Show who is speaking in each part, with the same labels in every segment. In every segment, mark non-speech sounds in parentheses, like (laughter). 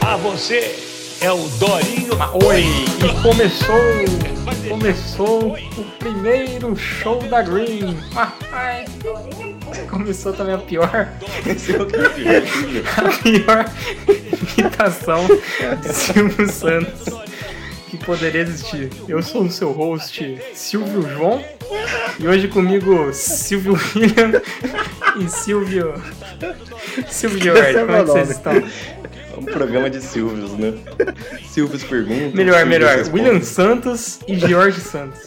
Speaker 1: Pra você é o Dorinho.
Speaker 2: Oi! E começou, começou o primeiro show da Green. Ai, começou também a pior, a pior imitação de Silvio Santos que poderia existir. Eu sou o seu host, Silvio João. E hoje comigo, Silvio William e Silvio... Silvio Jorge, como é que vocês estão?
Speaker 3: É um programa de Silvios, né? (laughs) Silvios pergunta.
Speaker 2: Melhor,
Speaker 3: Silvios
Speaker 2: melhor.
Speaker 3: responde.
Speaker 2: William Santos e George Santos.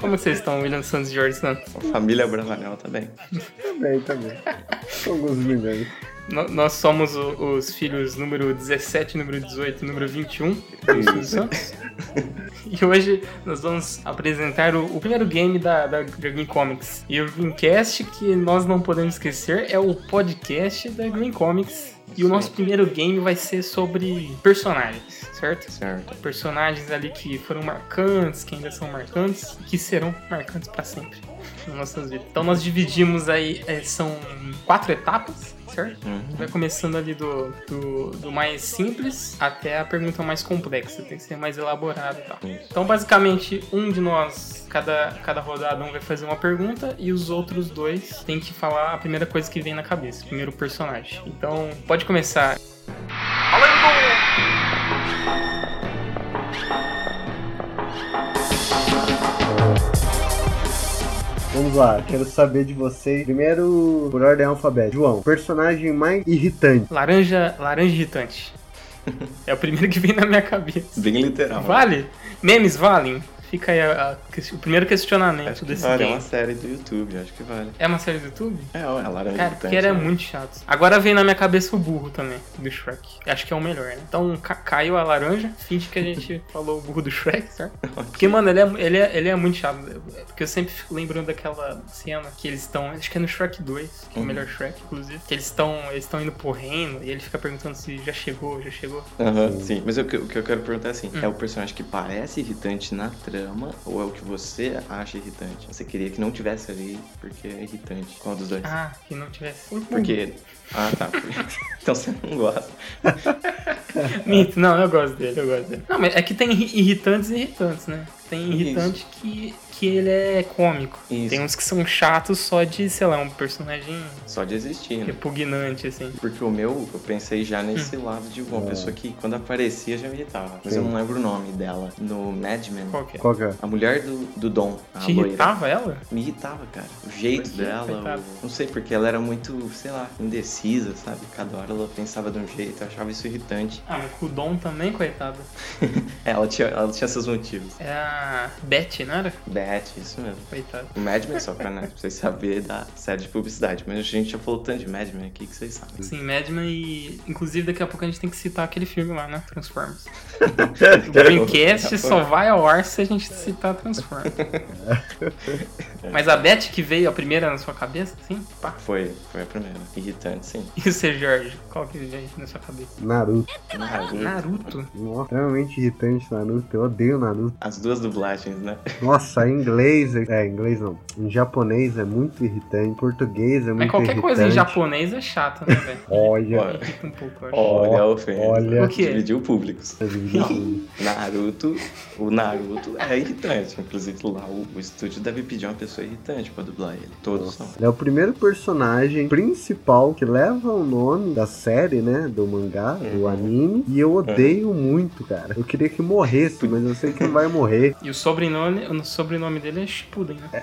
Speaker 2: Como vocês estão, William Santos e George Santos?
Speaker 3: Família Bravanel tá também.
Speaker 4: Também, também. Alguns milhões.
Speaker 2: No- nós somos o- os filhos número 17, número 18 e número 21 do Silvio Santos. E hoje nós vamos apresentar o, o primeiro game da, da Green Comics. E o Greencast, que nós não podemos esquecer, é o podcast da Green Comics. E o nosso primeiro game vai ser sobre personagens, certo?
Speaker 3: Certo.
Speaker 2: personagens ali que foram marcantes, que ainda são marcantes, que serão marcantes para sempre nas nossas vidas. Então nós dividimos aí, eh, são quatro etapas, certo?
Speaker 3: Uhum.
Speaker 2: Vai começando ali do, do, do mais simples até a pergunta mais complexa, tem que ser mais elaborada e tal.
Speaker 3: Isso.
Speaker 2: Então basicamente um de nós, cada, cada rodada um vai fazer uma pergunta e os outros dois tem que falar a primeira coisa que vem na cabeça, o primeiro personagem. Então pode começar.
Speaker 4: Vamos lá, quero saber de vocês. Primeiro, por ordem alfabética. João, personagem mais irritante.
Speaker 2: Laranja, laranja irritante. É o primeiro que vem na minha cabeça.
Speaker 3: Bem literal.
Speaker 2: Vale? Memes valem? Fica aí a- a ques- o primeiro questionamento
Speaker 3: Acho que
Speaker 2: desse
Speaker 3: vale. É
Speaker 2: game.
Speaker 3: uma série do YouTube, acho que vale.
Speaker 2: É uma série do YouTube?
Speaker 3: É, olha, laranja
Speaker 2: Cara,
Speaker 3: irritante,
Speaker 2: porque era
Speaker 3: né?
Speaker 2: muito chato. Agora vem na minha cabeça o burro também, do Shrek. Acho que é o melhor, né? Então ca- caiu a laranja, finge que a
Speaker 3: (laughs)
Speaker 2: gente falou o burro do Shrek, certo? Porque, mano, ele é, ele é, ele é muito chato. Porque eu sempre fico lembrando daquela cena que eles estão. Acho que é no Shrek 2, que é o
Speaker 3: Uhum.
Speaker 2: melhor Shrek, inclusive. Que eles estão eles estão indo pro reino e ele fica perguntando se já chegou, já chegou.
Speaker 3: Aham, sim. Mas o que, o que eu quero perguntar é assim:
Speaker 2: Hum.
Speaker 3: é o personagem que parece irritante na trama ou é o que você acha irritante? Você queria que não tivesse ali porque é irritante. Qual dos dois?
Speaker 2: Ah, que não tivesse.
Speaker 3: Porque. Ah, tá. (laughs) então você não gosta.
Speaker 2: Mito, não, eu gosto dele, eu gosto dele. Não, mas é que tem irri- irritantes e irritantes, né? Tem irritante que, que ele é cômico.
Speaker 3: Isso.
Speaker 2: Tem uns que são chatos só de, sei lá, um personagem
Speaker 3: Só de existir, né?
Speaker 2: repugnante, assim.
Speaker 3: Porque o meu, eu pensei já
Speaker 2: Hum.
Speaker 3: nesse lado de uma pessoa que quando aparecia já me irritava. Mas eu
Speaker 4: Sim.
Speaker 3: não lembro o nome dela. No Mad Men.
Speaker 2: Qual que é?
Speaker 4: Qual que é?
Speaker 3: A mulher do, do Dom, a
Speaker 2: Te
Speaker 3: é? Ah, loira.
Speaker 2: irritava ela?
Speaker 3: Me irritava, cara. O jeito
Speaker 2: Por quê?
Speaker 3: dela,
Speaker 2: Coitada.
Speaker 3: o... não sei, porque ela era muito, sei lá, indecisa, sabe? Cada hora ela pensava de um jeito, eu achava isso irritante. (laughs)
Speaker 2: Ah, mas com o Dom também, coitada.
Speaker 3: É, ela tinha, ela tinha seus motivos.
Speaker 2: É a Beth, não era?
Speaker 3: Beth, isso mesmo.
Speaker 2: Coitada.
Speaker 3: O Mad Men, só pra, né, pra vocês saberem da série de publicidade. Mas a gente já falou tanto de Mad Men aqui que vocês
Speaker 2: (laughs)
Speaker 3: sabem.
Speaker 2: Sim, Madman e. Inclusive, daqui a pouco a gente tem que citar aquele filme lá, né? Transformers. O
Speaker 3: (laughs)
Speaker 2: Dreamcast só vai ao ar se a gente citar Transformers. Mas a Beth que veio a primeira na sua cabeça, assim? Pá.
Speaker 3: Foi, foi a primeira. Irritante, sim.
Speaker 2: (laughs) E você, Jorge? Qual que vem na sua cabeça?
Speaker 4: Naruto.
Speaker 3: Naruto.
Speaker 2: Naruto?
Speaker 4: Nossa, extremamente irritante Naruto. Eu odeio Naruto.
Speaker 3: As duas dublagens, né?
Speaker 4: Nossa, (laughs) em inglês. É, é, em inglês não. Em japonês é muito irritante. Em português é muito
Speaker 2: Mas qualquer
Speaker 4: irritante.
Speaker 2: coisa em japonês é chato, né,
Speaker 4: (laughs)
Speaker 2: velho?
Speaker 4: Olha.
Speaker 2: Irrita um pouco, eu acho.
Speaker 3: Olha a ofensa.
Speaker 4: olha.
Speaker 2: O quê?
Speaker 3: Dividiu públicos.
Speaker 4: Tá dividido.
Speaker 3: Naruto, o Naruto é irritante. Inclusive lá o, o estúdio deve pedir uma pessoa irritante pra dublar ele. Todos são.
Speaker 4: Ele é o primeiro personagem principal que leva o nome da série, né? Do mangá, do anime. E eu odeio muito, cara. Eu queria que morresse, mas eu sei que não vai morrer. (laughs)
Speaker 2: E o sobrenome, o sobrenome dele é Shippuden, né?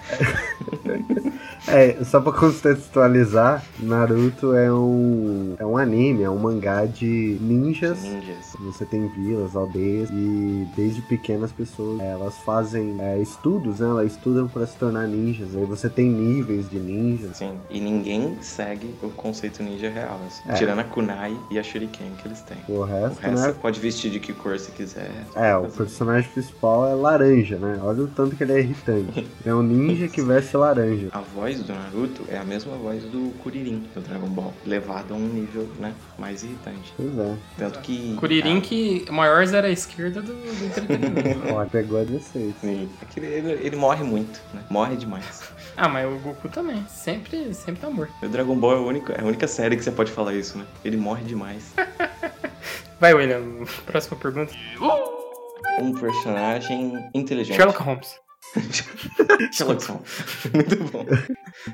Speaker 4: É, só pra contextualizar, Naruto é um, é um anime, é um mangá de ninjas.
Speaker 3: Ninjas.
Speaker 4: Você tem vilas, aldeias e desde pequenas pessoas é, elas fazem é, estudos, né? Elas estudam pra se tornar ninjas. Aí você tem níveis de ninjas.
Speaker 3: Sim. assim. E ninguém segue o conceito ninja real. assim.
Speaker 4: É.
Speaker 3: Tirando a Kunai e a Shuriken que eles têm.
Speaker 4: O
Speaker 3: O
Speaker 4: resto,
Speaker 3: resto
Speaker 4: né?
Speaker 3: você pode vestir de que cor você quiser.
Speaker 4: É, o personagem principal é laranja, né? Olha o tanto que ele é irritante. Ele é um ninja que veste laranja.
Speaker 3: A voz do Naruto é a mesma voz do Kuririn do Dragon Ball. Levado a um nível, né? Mais irritante.
Speaker 4: Pois é.
Speaker 3: Tanto que.
Speaker 2: Kuririn que maior zero à esquerda do, do entretenimento. (laughs)
Speaker 4: Ó, pegou a 16.
Speaker 3: Sim. É que ele, ele morre muito, né? Morre (laughs) demais.
Speaker 2: ah, mas o Goku também. Sempre, sempre tá morto.
Speaker 3: O Dragon Ball é a, única, é a única série que você pode falar isso, né? Ele morre demais.
Speaker 2: Vai, William. (laughs) Próxima pergunta.
Speaker 3: Um personagem inteligente.
Speaker 2: Sherlock Holmes.
Speaker 3: Sherlock Holmes. (laughs) Muito bom.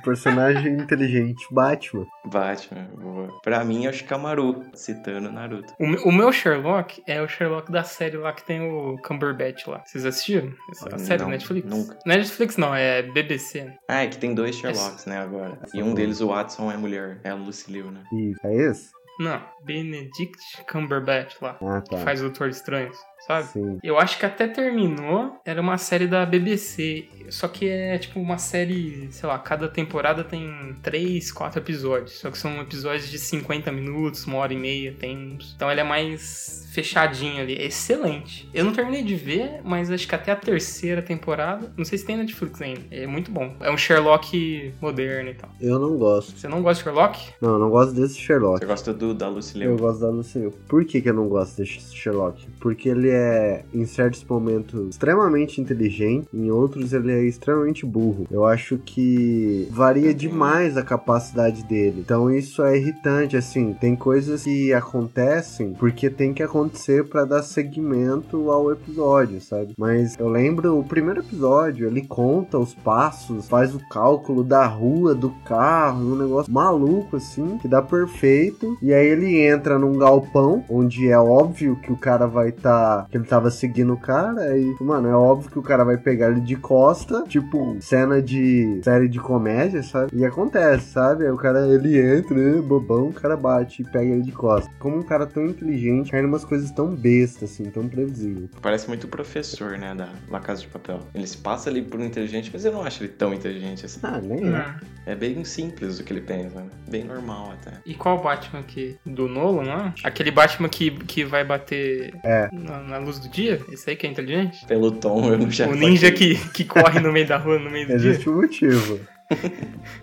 Speaker 4: Personagem inteligente, Batman.
Speaker 3: Batman, boa. Pra mim, é o Shikamaru, citando Naruto.
Speaker 2: O, me- o meu Sherlock é o Sherlock da série lá que tem o Cumberbatch lá. Vocês assistiram? Essa
Speaker 3: Ah,
Speaker 2: série
Speaker 3: não,
Speaker 2: da Netflix?
Speaker 3: nunca.
Speaker 2: Não é Netflix não, é BBC.
Speaker 3: Ah, é que tem dois Sherlocks, né, agora. E um deles, o Watson, é mulher. É a Lucy Liu, né?
Speaker 4: Isso. É esse?
Speaker 2: Não, Benedict Cumberbatch lá.
Speaker 4: Ah,
Speaker 2: Que
Speaker 4: tá.
Speaker 2: faz o Doutor Estranho, sabe?
Speaker 4: Sim.
Speaker 2: Eu acho que até terminou. Era uma série da BBC. Só que é tipo uma série, sei lá, cada temporada tem 3, 4 episódios. Só que são episódios de 50 minutos, uma hora e meia, tem uns. Então ele é mais fechadinho ali. É excelente. Eu não terminei de ver, mas acho que até a terceira temporada. Não sei se tem Netflix ainda. É muito bom. É um Sherlock moderno e tal.
Speaker 4: Eu não gosto.
Speaker 2: Você não gosta de Sherlock?
Speaker 4: Não, eu não gosto desse Sherlock.
Speaker 3: Você gosta do, da Lucy
Speaker 4: Eu
Speaker 3: Liu?
Speaker 4: gosto da Lucille. Por que, que eu não gosto desse Sherlock? Porque ele é, em certos momentos, extremamente inteligente, em outros ele é extremamente burro. Eu acho que varia demais a capacidade dele. Então isso é irritante, assim. Tem coisas que acontecem porque tem que acontecer pra dar seguimento ao episódio, sabe? Mas eu lembro o primeiro episódio, ele conta os passos, faz o cálculo da rua, do carro, um negócio maluco assim, que dá perfeito. E aí ele entra num galpão, onde é óbvio que o cara vai tá, que ele tava seguindo o cara e, mano, é óbvio que o cara vai pegar ele de costa, tipo cena de série de comédia, sabe? E acontece, sabe? Aí o cara ele entra, né, bobão, o cara bate e pega ele de costa. Como um cara tão inteligente, cai numas coisas tão bestas assim, tão previsível.
Speaker 3: Parece muito o professor, né, da La Casa de Papel. Ele se passa ali por um inteligente, mas eu não acho ele tão inteligente assim.
Speaker 4: Ah, nem é.
Speaker 2: Não.
Speaker 3: É bem simples o que ele pensa, né? Bem normal até.
Speaker 2: E qual Batman que. Do Nolan, não é? Aquele Batman que, que vai bater
Speaker 4: É.
Speaker 2: na, na luz do dia? Esse aí que é inteligente?
Speaker 3: Pelo tom, eu não já
Speaker 2: o ninja que, que corre no meio da rua no meio do dia?
Speaker 4: Existe
Speaker 2: (laughs)
Speaker 4: um motivo.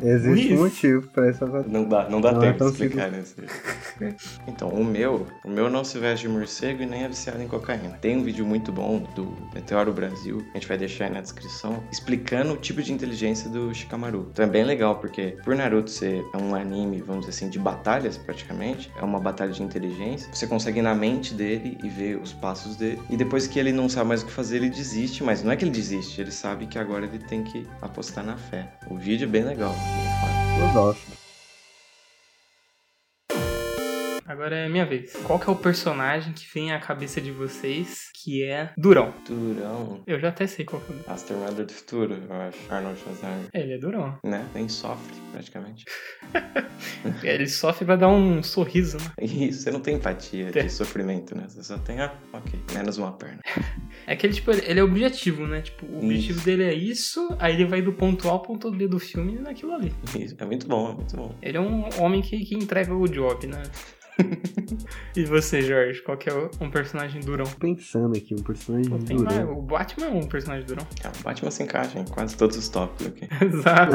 Speaker 4: Existe
Speaker 2: Luiz.
Speaker 4: um motivo pra essa batalha.
Speaker 3: Não dá, não dá
Speaker 4: Não,
Speaker 3: tempo
Speaker 4: então
Speaker 3: de explicar nesse. então, o meu, o meu não se veste de morcego e nem é viciado em cocaína. Tem um vídeo muito bom do Meteoro Brasil, a gente vai deixar aí na descrição, explicando o tipo de inteligência do Shikamaru. Então é bem legal, porque por Naruto ser um anime, vamos dizer assim, de batalhas praticamente, é uma batalha de inteligência, você consegue ir na mente dele e ver os passos dele. E depois que ele não sabe mais o que fazer, ele desiste, mas não é que ele desiste, ele sabe que agora ele tem que apostar na fé. O vídeo é bem legal. bem foda.
Speaker 4: Filosófico.
Speaker 2: Agora é minha vez. Qual que é o personagem que vem à cabeça de vocês que é Durão?
Speaker 3: Durão.
Speaker 2: Eu já até sei qual que é. o-
Speaker 3: As Terminadas do Futuro, eu acho. Arnold Schwarzenegger.
Speaker 2: Ele é Durão.
Speaker 3: Né? Nem sofre, praticamente.
Speaker 2: Ele sofre e vai dar um sorriso, né?
Speaker 3: E você não tem empatia
Speaker 2: Tem.
Speaker 3: de sofrimento, né? Você só tem, ah, ok, menos uma perna.
Speaker 2: É que ele, tipo, ele ele é objetivo, né? Tipo, o
Speaker 3: Isso.
Speaker 2: objetivo dele é isso, aí ele vai do ponto A ao ponto B do filme naquilo ali.
Speaker 3: Isso, É muito bom, é muito bom.
Speaker 2: Ele é um homem que, que entrega o job, né? e você, Jorge, qual que é o- um personagem durão?
Speaker 4: Pensando aqui, um personagem
Speaker 2: Pô, tem
Speaker 4: duro.
Speaker 2: mais- o Batman é um personagem durão.
Speaker 3: Ah, o Batman se encaixa em quase todos os tópicos aqui.
Speaker 2: Exato.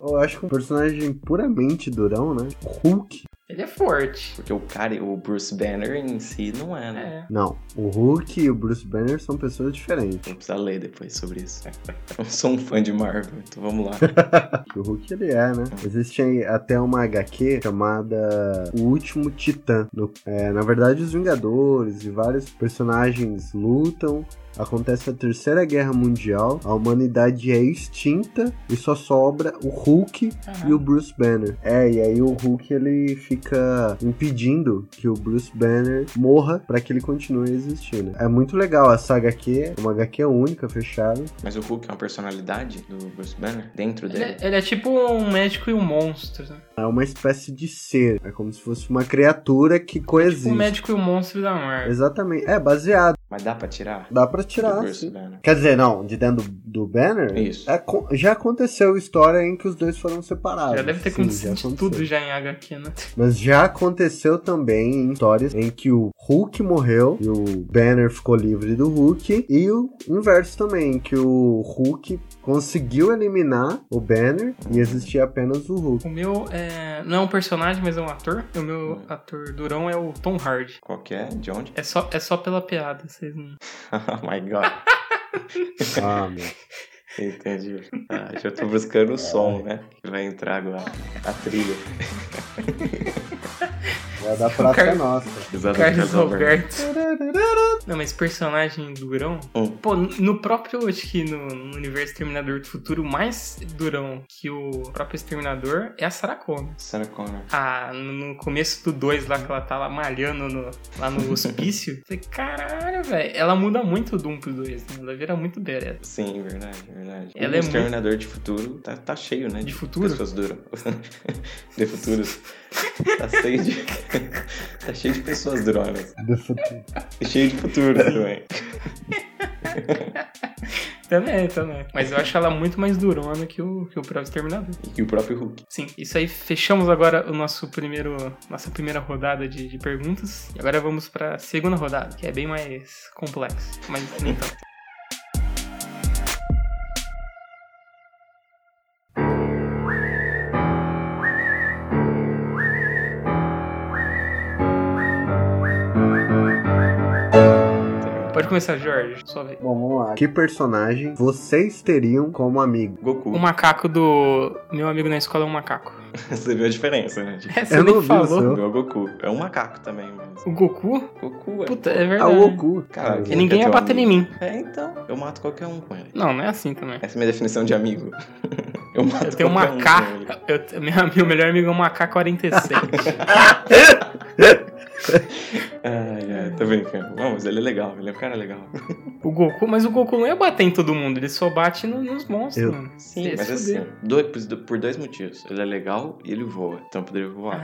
Speaker 4: Eu acho que um personagem puramente durão, né? Hulk.
Speaker 2: (laughs) Ele é forte.
Speaker 3: Porque o cara, o Bruce Banner em si, não é, né?
Speaker 2: É.
Speaker 4: Não, o Hulk e o Bruce Banner são pessoas diferentes.
Speaker 3: Vou precisar ler depois sobre isso. (laughs) Eu sou um fã de Marvel, então vamos lá.
Speaker 4: (laughs) O Hulk ele é, né? Existe aí até uma HQ chamada O Último Titã. No- é, na verdade, os Vingadores e vários personagens lutam. Acontece a Terceira Guerra Mundial, a humanidade é extinta e só sobra o Hulk e o Bruce Banner. É, e aí o Hulk ele fica impedindo que o Bruce Banner morra pra que ele continue existindo. É muito legal essa HQ, uma HQ única, fechada.
Speaker 3: Mas o Hulk é uma personalidade do Bruce Banner dentro
Speaker 2: Ele,
Speaker 3: dele.
Speaker 2: é- ele é tipo um médico e um monstro. Né?
Speaker 4: É uma espécie de ser, é como se fosse uma criatura
Speaker 2: É tipo um
Speaker 4: que
Speaker 2: O
Speaker 4: coexiste.
Speaker 2: médico e o monstro da Marvel.
Speaker 4: Exatamente, é baseado,
Speaker 3: Mas dá pra tirar?
Speaker 4: dá pra
Speaker 3: do
Speaker 4: tirar.
Speaker 3: Bruce
Speaker 4: sim.
Speaker 3: Banner.
Speaker 4: Quer dizer, não, de dentro do, do Banner?
Speaker 3: Isso.
Speaker 4: é co- já aconteceu história em que os dois foram separados.
Speaker 2: já deve ter
Speaker 4: Sim, já
Speaker 2: acontecido de
Speaker 4: aconteceu.
Speaker 2: tudo já em HQ, né?
Speaker 4: Mas já aconteceu também em histórias em que o Hulk morreu e o Banner ficou livre do Hulk. E o inverso também, em que o Hulk conseguiu eliminar o Banner e existia apenas o
Speaker 2: (laughs)
Speaker 4: Hulk.
Speaker 2: O meu é. Não é um personagem, mas é um ator. E o
Speaker 4: Hum.
Speaker 2: meu ator durão é o Tom Hardy.
Speaker 3: Qual que é? De onde? (laughs)
Speaker 2: É só, é só pela piada, vocês não.
Speaker 3: oh my god.
Speaker 4: Ah, meu.
Speaker 3: Entendi. Ah, já tô buscando o som, né? Que vai entrar agora. A trilha.
Speaker 4: É da Praça
Speaker 2: Car-
Speaker 4: Nossa.
Speaker 2: Carlos
Speaker 3: Carlos Alberto.
Speaker 2: (laughs) Roberto. Não, mas personagem durão.
Speaker 3: Hum.
Speaker 2: Pô, no próprio, acho que no, no universo Exterminador do Futuro, o mais durão que o próprio Exterminador é a Sarah Connor.
Speaker 3: Sarah Connor.
Speaker 2: Ah, no no começo do 2 lá que ela tá lá malhando no- lá no hospício. Falei, caralho, velho. Ela muda muito do 1 pro 2, né? Ela vira muito bereta.
Speaker 3: Sim, verdade, verdade.
Speaker 2: Ela
Speaker 3: o
Speaker 2: é muito-
Speaker 3: Exterminador de Futuro tá, tá cheio, né?
Speaker 2: De futuro?
Speaker 3: Pessoas duras. (laughs) de futuros. tá cheio de... (laughs) tá cheio de pessoas dronas.
Speaker 4: Do futuro.
Speaker 3: E cheio de futuro também.
Speaker 2: Também, também. Mas eu acho ela muito mais durona que o, que o próprio Exterminador.
Speaker 3: E que o próprio Hulk.
Speaker 2: Sim, isso aí. Fechamos agora o nosso primeiro, nossa primeira rodada de, de perguntas. E agora vamos pra segunda rodada, que é bem mais complexo, mas nem tanto. Pode começar, Jorge. Sua vez.
Speaker 4: Bom, vamos lá. Que personagem vocês teriam como amigo?
Speaker 3: Goku.
Speaker 2: O macaco do meu amigo na escola é um macaco.
Speaker 3: (laughs) Você viu a diferença, né? Tipo,
Speaker 2: Você
Speaker 4: Eu
Speaker 2: nem
Speaker 4: não vi o
Speaker 2: falou.
Speaker 4: seu.
Speaker 3: É o Goku. É um macaco também, mas...
Speaker 2: O Goku?
Speaker 3: Goku é...
Speaker 2: Puta, é
Speaker 4: Ah,
Speaker 2: verdade.
Speaker 4: o Goku.
Speaker 3: Cara,
Speaker 2: E
Speaker 3: quem
Speaker 2: ninguém
Speaker 3: quer
Speaker 2: ia
Speaker 3: ter um
Speaker 2: bater em
Speaker 3: amigo?
Speaker 2: mim.
Speaker 3: É, então. Eu mato qualquer um com ele.
Speaker 2: Não, não é assim
Speaker 3: (laughs)
Speaker 2: também.
Speaker 3: Essa é a minha definição de amigo. (laughs) Eu mato
Speaker 2: Eu tenho um
Speaker 3: qualquer um
Speaker 2: macaco.
Speaker 3: com ele.
Speaker 2: Eu, meu, (laughs) meu melhor amigo é um macaco
Speaker 3: (laughs)
Speaker 2: 47.
Speaker 3: Ai, ai, tô brincando. Não, mas ele é legal. Ele é um cara legal.
Speaker 2: o Goku, mas o Goku não ia bater em todo mundo, ele só bate no- nos monstros,
Speaker 4: Eu-
Speaker 2: mano.
Speaker 3: Sim,
Speaker 2: Ia
Speaker 3: mas
Speaker 2: se
Speaker 3: assim,
Speaker 2: fuder.
Speaker 3: dois- por- por dois motivos. Ele é legal e ele voa. Então eu poderia voar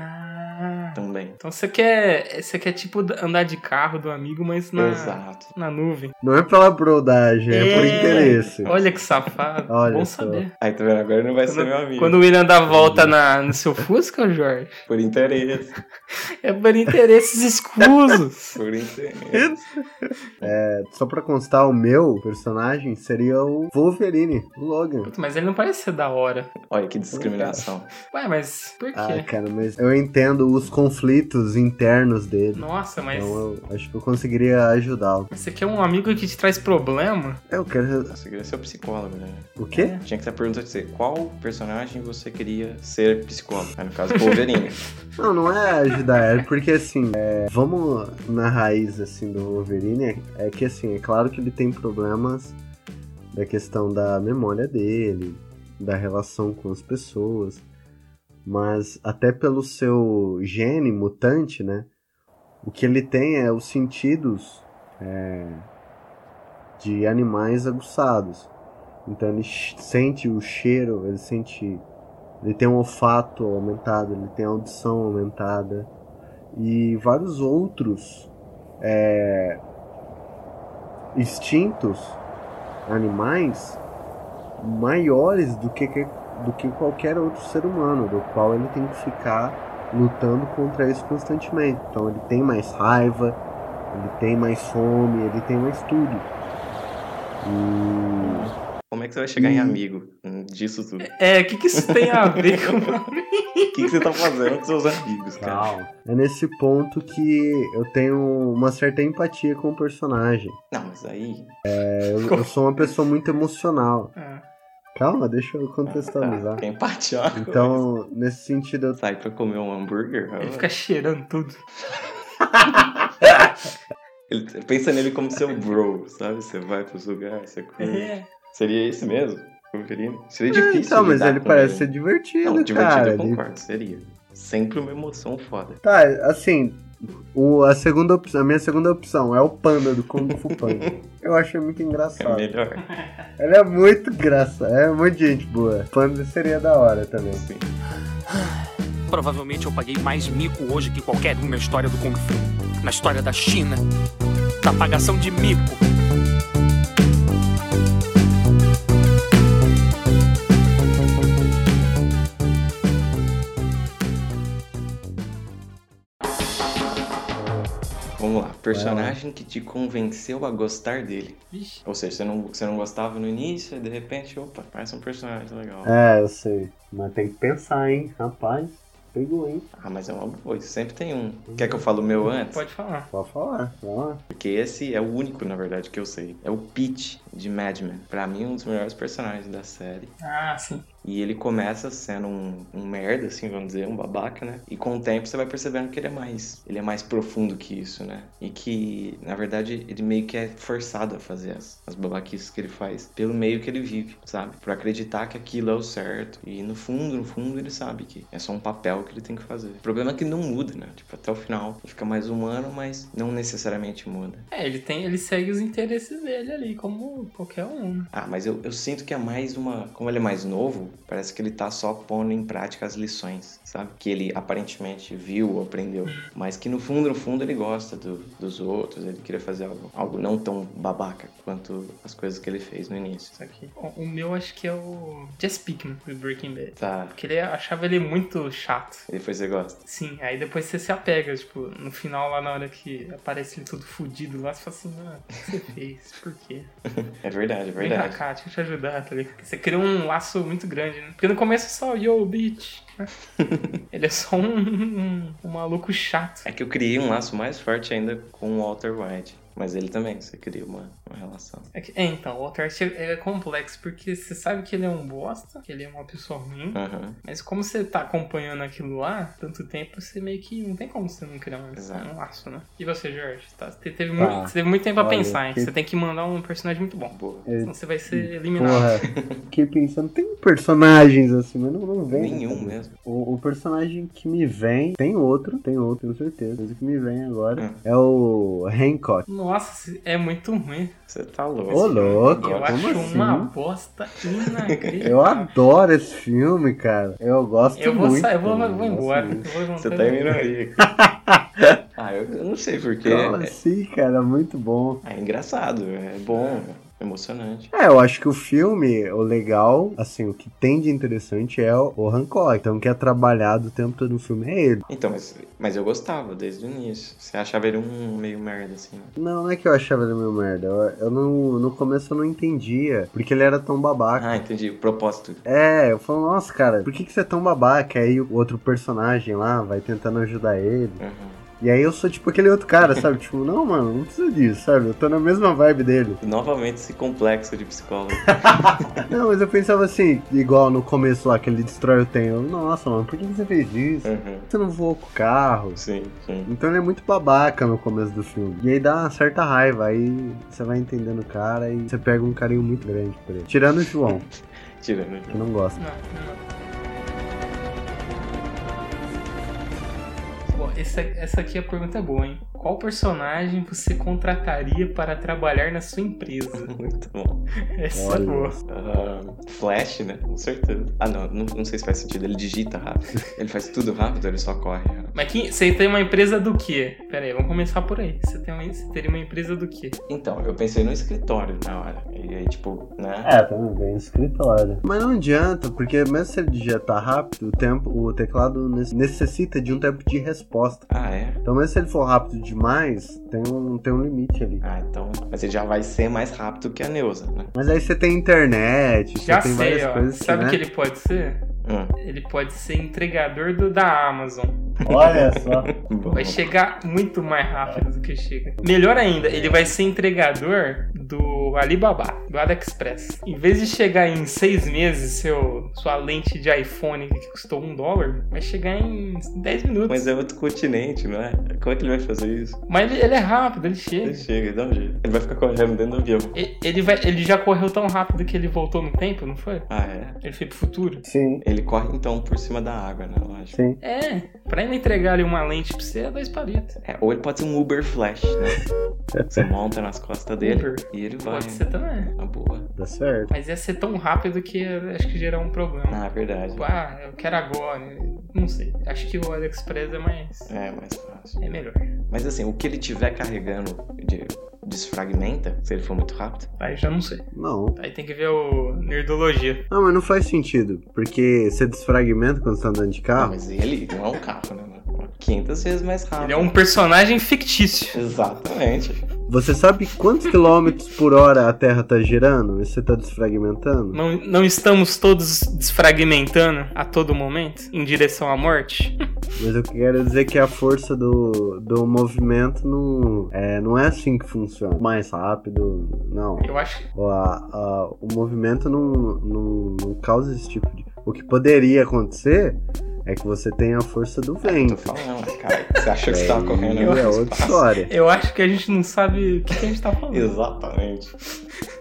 Speaker 2: Ah,
Speaker 3: também.
Speaker 2: então você quer. Você quer tipo andar de carro do amigo, mas na,
Speaker 3: Exato.
Speaker 2: na nuvem.
Speaker 4: Não é pela brodagem, é, por
Speaker 2: É.
Speaker 4: interesse.
Speaker 2: Olha que safado.
Speaker 4: Olha
Speaker 2: Bom
Speaker 4: só.
Speaker 2: saber.
Speaker 3: Aí, tá vendo? Agora ele não vai ser meu amigo.
Speaker 2: Quando o William dá a volta na, no seu Fusca, Jorge,
Speaker 3: Por interesse.
Speaker 2: é por
Speaker 3: (laughs)
Speaker 2: interesses escusos. (laughs)
Speaker 3: Por interesse.
Speaker 4: É, Só pra constar, o meu personagem seria o Wolverine, o Logan.
Speaker 2: Puta, mas ele não parece ser da hora.
Speaker 3: Olha que discriminação.
Speaker 2: Ué, mas
Speaker 4: (laughs)
Speaker 2: por
Speaker 4: Ah,
Speaker 2: quê?
Speaker 4: cara, mas eu entendo os conflitos internos dele.
Speaker 2: Nossa, mas.
Speaker 4: Então eu acho que eu conseguiria ajudá-lo.
Speaker 2: Você quer um amigo que te traz problema?
Speaker 4: Eu quero.
Speaker 3: Nossa, eu queria ser o psicólogo, né?
Speaker 4: O quê?
Speaker 3: Tinha que estar perguntando pra você qual personagem você queria ser psicólogo. Aí, no caso,
Speaker 2: (laughs)
Speaker 3: Wolverine.
Speaker 4: Não, não é ajudar, é porque assim, é, vamos na raiz assim do Wolverine, é, é que assim, é claro que ele tem problemas da questão da memória dele, da relação com as pessoas, mas até pelo seu gene mutante, né? O que ele tem é os sentidos é, de animais aguçados. Então ele ch- sente o cheiro, ele sente ele tem um olfato aumentado, ele tem a audição aumentada e vários outros é, instintos animais maiores do que, que- do que qualquer outro ser humano, do qual ele tem que ficar lutando contra isso constantemente. Então ele tem mais raiva, ele tem mais fome, ele tem mais tudo. E
Speaker 3: Como é que você vai chegar em amigo hum, disso tudo? O
Speaker 2: É, o que, que isso tem a ver
Speaker 4: (laughs)
Speaker 2: com. (laughs)
Speaker 3: que, que você tá fazendo com seus amigos, cara?
Speaker 4: É nesse ponto que eu tenho uma certa empatia com o personagem.
Speaker 3: Não, mas aí.
Speaker 4: É,
Speaker 3: (laughs)
Speaker 4: Eu, eu sou uma pessoa muito emocional.
Speaker 2: Ah,
Speaker 4: Calma, deixa eu
Speaker 3: Tá,
Speaker 4: contextualizar.
Speaker 3: tem empatear.
Speaker 4: Então, nesse sentido, eu
Speaker 3: Sai pra comer um hambúrguer.
Speaker 2: ele fica cheirando tudo.
Speaker 3: Ele- pensa nele como seu bro, sabe? Você vai pros lugares, você come.
Speaker 2: É.
Speaker 3: Seria esse mesmo? Wolverine? Seria É difícil.
Speaker 4: então, mas
Speaker 3: lidar
Speaker 4: ele
Speaker 3: com
Speaker 4: parece ser divertido,
Speaker 3: Não, divertido
Speaker 4: cara.
Speaker 3: eu
Speaker 4: Ele-
Speaker 3: concordo, seria. Sempre uma emoção foda.
Speaker 4: Tá, assim, o- a, segunda opção, a minha segunda opção é o panda do Kung Fu
Speaker 3: (laughs)
Speaker 4: Panda. eu achei muito
Speaker 3: É
Speaker 4: engraçado.
Speaker 3: melhor.
Speaker 4: Ele é muito engraçado, é muito gente boa. Panda seria da hora também.
Speaker 3: Assim.
Speaker 5: Provavelmente eu paguei mais mico hoje que qualquer um na história do Kung Fu, na história da China, da pagação de mico.
Speaker 3: Vamos lá. Personagem que te convenceu a gostar dele.
Speaker 2: Vixe.
Speaker 3: Ou seja, você não, você não gostava no início, e de repente, opa, parece um personagem legal.
Speaker 4: É, eu sei. Mas tem que pensar, hein? Rapaz, pegou, hein?
Speaker 3: Ah, mas é uma boa, sempre tem um. Quer que eu fale o meu antes?
Speaker 2: Pode falar.
Speaker 4: Pode falar, vai lá.
Speaker 3: Porque esse é o único, na verdade, é que eu sei. É o Pete de Mad Men. Pra mim, um dos melhores personagens da série.
Speaker 2: Ah, sim.
Speaker 3: E ele começa sendo um, um merda, assim, vamos dizer, um babaca, né? E com o tempo você vai percebendo que ele é mais. Ele é mais profundo que isso, né? E que, na verdade, ele meio que é forçado a fazer as, as babaquices que ele faz pelo meio que ele vive, sabe? Por acreditar que aquilo é o certo. E no fundo, no fundo, ele sabe que é só um papel que ele tem que fazer. O problema é que não muda, né? Tipo, até o final ele fica mais humano, mas não necessariamente muda.
Speaker 2: É, ele tem, ele segue os interesses dele ali, como qualquer um. né?
Speaker 3: Ah, mas eu, eu sinto que é mais uma. Como ele é mais novo, parece que ele tá só pondo em prática as lições, sabe? Que ele aparentemente viu ou aprendeu. Mas que no fundo, no fundo, ele gosta do- dos outros, ele queria fazer algo, algo não tão babaca quanto as coisas que ele fez no início.
Speaker 2: Isso aqui. O, o meu acho que é o Jess Pinkman do Breaking Bad.
Speaker 3: Tá,
Speaker 2: Porque ele achava ele muito chato.
Speaker 3: e depois você gosta. (laughs)
Speaker 2: Sim, aí depois você se apega, tipo, no final lá na hora que aparece ele todo fudido lá, você fala assim, mano, o que você fez? Por quê?
Speaker 3: É verdade, é
Speaker 2: Vem pra
Speaker 3: verdade.
Speaker 2: cá, deixa eu te ajudar, tá ligado? Você cria um laço muito grande, né? Porque no começo é só, yo, bitch.
Speaker 3: (laughs)
Speaker 2: né? ele é só um, um- um maluco chato.
Speaker 3: É que eu criei um laço mais forte ainda com o Walter White. Mas ele também, você cria uma, uma relação.
Speaker 2: É, que- é, então, o Walter White é é complexo, porque você sabe que ele é um bosta, que ele é uma pessoa ruim,
Speaker 3: Aham.
Speaker 2: Mas como você tá acompanhando aquilo lá tanto tempo, você meio que não tem como você não criar um,
Speaker 3: Exato.
Speaker 2: um laço, né? E você, Jorge? Tá, você, teve
Speaker 4: Tá.
Speaker 2: muito, você teve muito tempo a
Speaker 4: Olha,
Speaker 2: pensar, hein?
Speaker 4: que-
Speaker 2: Você tem que mandar um personagem muito bom.
Speaker 3: Boa.
Speaker 4: É
Speaker 2: Senão você vai ser eliminado.
Speaker 4: Porra, fiquei pensando, tem personagens assim, mas não, não vem.
Speaker 3: Nenhum
Speaker 4: né?
Speaker 3: mesmo.
Speaker 4: O, o personagem que me vem, tem outro, tem outro, tenho certeza. Mas o que me vem agora
Speaker 2: Ah.
Speaker 3: Hum.
Speaker 4: é o Hancock.
Speaker 2: Nossa, esse- é muito ruim.
Speaker 3: Você tá louco.
Speaker 4: Ô, louco,
Speaker 2: Eu
Speaker 4: como
Speaker 2: acho
Speaker 4: assim?
Speaker 2: uma bosta inacreditável.
Speaker 4: Eu adoro esse filme, cara. Eu gosto
Speaker 2: Eu vou
Speaker 4: muito.
Speaker 2: sair, eu vou,
Speaker 4: cara.
Speaker 2: eu vou
Speaker 4: gosto
Speaker 2: embora. (laughs)
Speaker 4: muito.
Speaker 2: Eu vou
Speaker 3: Você
Speaker 2: levantar-
Speaker 3: tá em minoria. (laughs) ah, eu, eu não sei porquê.
Speaker 4: Como assim, cara? Muito bom.
Speaker 3: É, é engraçado, é bom, é emocionante.
Speaker 4: É, eu acho que o filme, o legal, assim, o que tem de interessante é o o Hancock. Então, o que é trabalhado o tempo todo no filme é ele.
Speaker 3: Então, mas, mas eu gostava desde o início. Você achava ele um meio merda, assim, né?
Speaker 4: Não, não é que eu achava ele meu merda. Eu, eu não, no começo eu não entendia porque ele era tão babaca.
Speaker 3: Ah, entendi. O propósito.
Speaker 4: É, eu falo, nossa, cara, por que, que você é tão babaca? Aí o outro personagem lá vai tentando ajudar ele.
Speaker 3: Uhum.
Speaker 4: E aí eu sou tipo aquele outro cara, sabe? tipo, não, mano, não precisa disso, sabe? Eu tô na mesma vibe dele.
Speaker 3: Novamente esse complexo de psicólogo.
Speaker 4: Não, mas eu pensava assim, igual no começo lá que ele destrói o Tenho. Nossa, mano, por que, que você fez isso?
Speaker 3: Uhum.
Speaker 4: Você não voou com o carro?
Speaker 3: Sim, sim.
Speaker 4: Então ele é muito babaca no começo do filme. E aí dá uma certa raiva, aí você vai entendendo o cara e você pega um carinho muito grande por ele. Tirando o João,
Speaker 3: Tirando.
Speaker 4: que não gosta.
Speaker 2: Não, não. Bom, essa, essa aqui é a pergunta boa, hein? Qual personagem você contrataria para trabalhar na sua empresa?
Speaker 3: Muito bom.
Speaker 2: Essa é
Speaker 4: Olha.
Speaker 2: boa.
Speaker 3: Ah, Flash, né? Com certeza. Ah, não, não. Não sei se faz sentido. Ele digita rápido. Ele faz tudo rápido, ele só corre rápido.
Speaker 2: Mas quem, você tem uma empresa do quê? Pera aí, vamos começar por aí. Você, tem uma, você teria uma empresa do quê?
Speaker 3: Então, eu pensei no escritório na hora. E aí, tipo, né?
Speaker 4: É, também bem no escritório. Mas não adianta, porque mesmo se ele digitar rápido, o, tempo, o teclado ne- necessita de um tempo de resposta.
Speaker 3: Ah, é?
Speaker 4: Então mesmo se ele for rápido demais, tem um, tem um limite ali.
Speaker 3: Ah, então. Mas ele já vai ser mais rápido que a Neuza, né?
Speaker 4: Mas aí você tem internet,
Speaker 2: Já
Speaker 4: você tem
Speaker 2: sei,
Speaker 4: várias
Speaker 2: ó.
Speaker 4: coisas
Speaker 2: Sabe o
Speaker 4: que,
Speaker 2: que
Speaker 4: né?
Speaker 2: ele pode ser?
Speaker 3: Hum.
Speaker 2: Ele pode ser entregador do, da Amazon.
Speaker 4: Olha só.
Speaker 3: Bom.
Speaker 2: Vai chegar muito mais rápido do que chega. Melhor ainda, ele vai ser entregador do Alibaba, do AliExpress. Em vez de chegar em seis meses, seu, sua lente de iPhone que custou um dólar, vai chegar em 10 minutos. Mas,
Speaker 3: Mas é outro continente, não é? Como é que ele vai fazer isso?
Speaker 2: ele, ele é rápido, ele chega.
Speaker 3: Ele chega, dá um jeito. Ele vai ficar correndo dentro do avião.
Speaker 2: E- Ele, vai, ele já correu tão rápido que ele voltou no tempo, não foi?
Speaker 3: Ah, é?
Speaker 2: Ele foi pro futuro.
Speaker 4: Sim,
Speaker 3: Ele corre então por cima da água, né? Eu acho.
Speaker 4: sim.
Speaker 2: É, pra ele entregar ali uma lente pra você é dois palitos.
Speaker 3: É, ou ele pode ser um Uber Flash, né? Você monta nas costas dele
Speaker 2: Uber.
Speaker 3: e ele vai. né?
Speaker 2: Pode ser também.
Speaker 3: Na boa.
Speaker 4: Tá certo.
Speaker 2: Mas ia ser tão rápido que ia- acho que gerar um problema.
Speaker 3: Ah, é verdade.
Speaker 2: Tipo, ah, eu quero agora. Não sei. Acho que o AliExpress é mais.
Speaker 3: É, mais fácil.
Speaker 2: É melhor.
Speaker 3: Mas assim, o que ele tiver carregando de- desfragmenta, se ele for muito rápido.
Speaker 2: Aí já não sei.
Speaker 4: Não.
Speaker 2: Aí tem que ver o Nerdologia.
Speaker 4: Não, mas não faz sentido. Porque você desfragmenta quando você tá andando de
Speaker 3: Ah,
Speaker 4: carro.
Speaker 3: mas ele não é um carro, né? mano? 500 vezes mais rápido.
Speaker 2: Ele é um personagem fictício.
Speaker 3: Exatamente.
Speaker 4: Você sabe quantos quilômetros por hora a Terra tá girando e você tá desfragmentando?
Speaker 2: Não, não estamos todos desfragmentando a todo momento em direção à morte?
Speaker 4: Mas eu quero dizer que a força do, do movimento não é, não é assim que funciona. Mais rápido, não.
Speaker 2: Eu acho que.
Speaker 4: O, a- a- o movimento não, não, não causa esse tipo de. O que poderia acontecer é que você tenha a força do
Speaker 3: Tô
Speaker 4: vento.
Speaker 3: falando, né, cara. Você achou que você tava correndo
Speaker 4: Aí é
Speaker 3: no
Speaker 4: outra
Speaker 3: espaço?
Speaker 4: história.
Speaker 2: Eu acho que a gente não sabe o que, que a gente tá falando.
Speaker 3: Exatamente.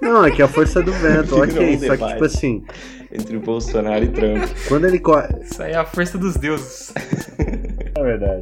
Speaker 4: Não, é que a força
Speaker 3: (laughs)
Speaker 4: do vento,
Speaker 3: Virou um
Speaker 4: ok. Só que,
Speaker 3: debate.
Speaker 4: tipo assim,
Speaker 3: Entre Bolsonaro e Trump.
Speaker 4: quando ele corre.
Speaker 2: Isso aí é a força dos deuses.
Speaker 4: É verdade.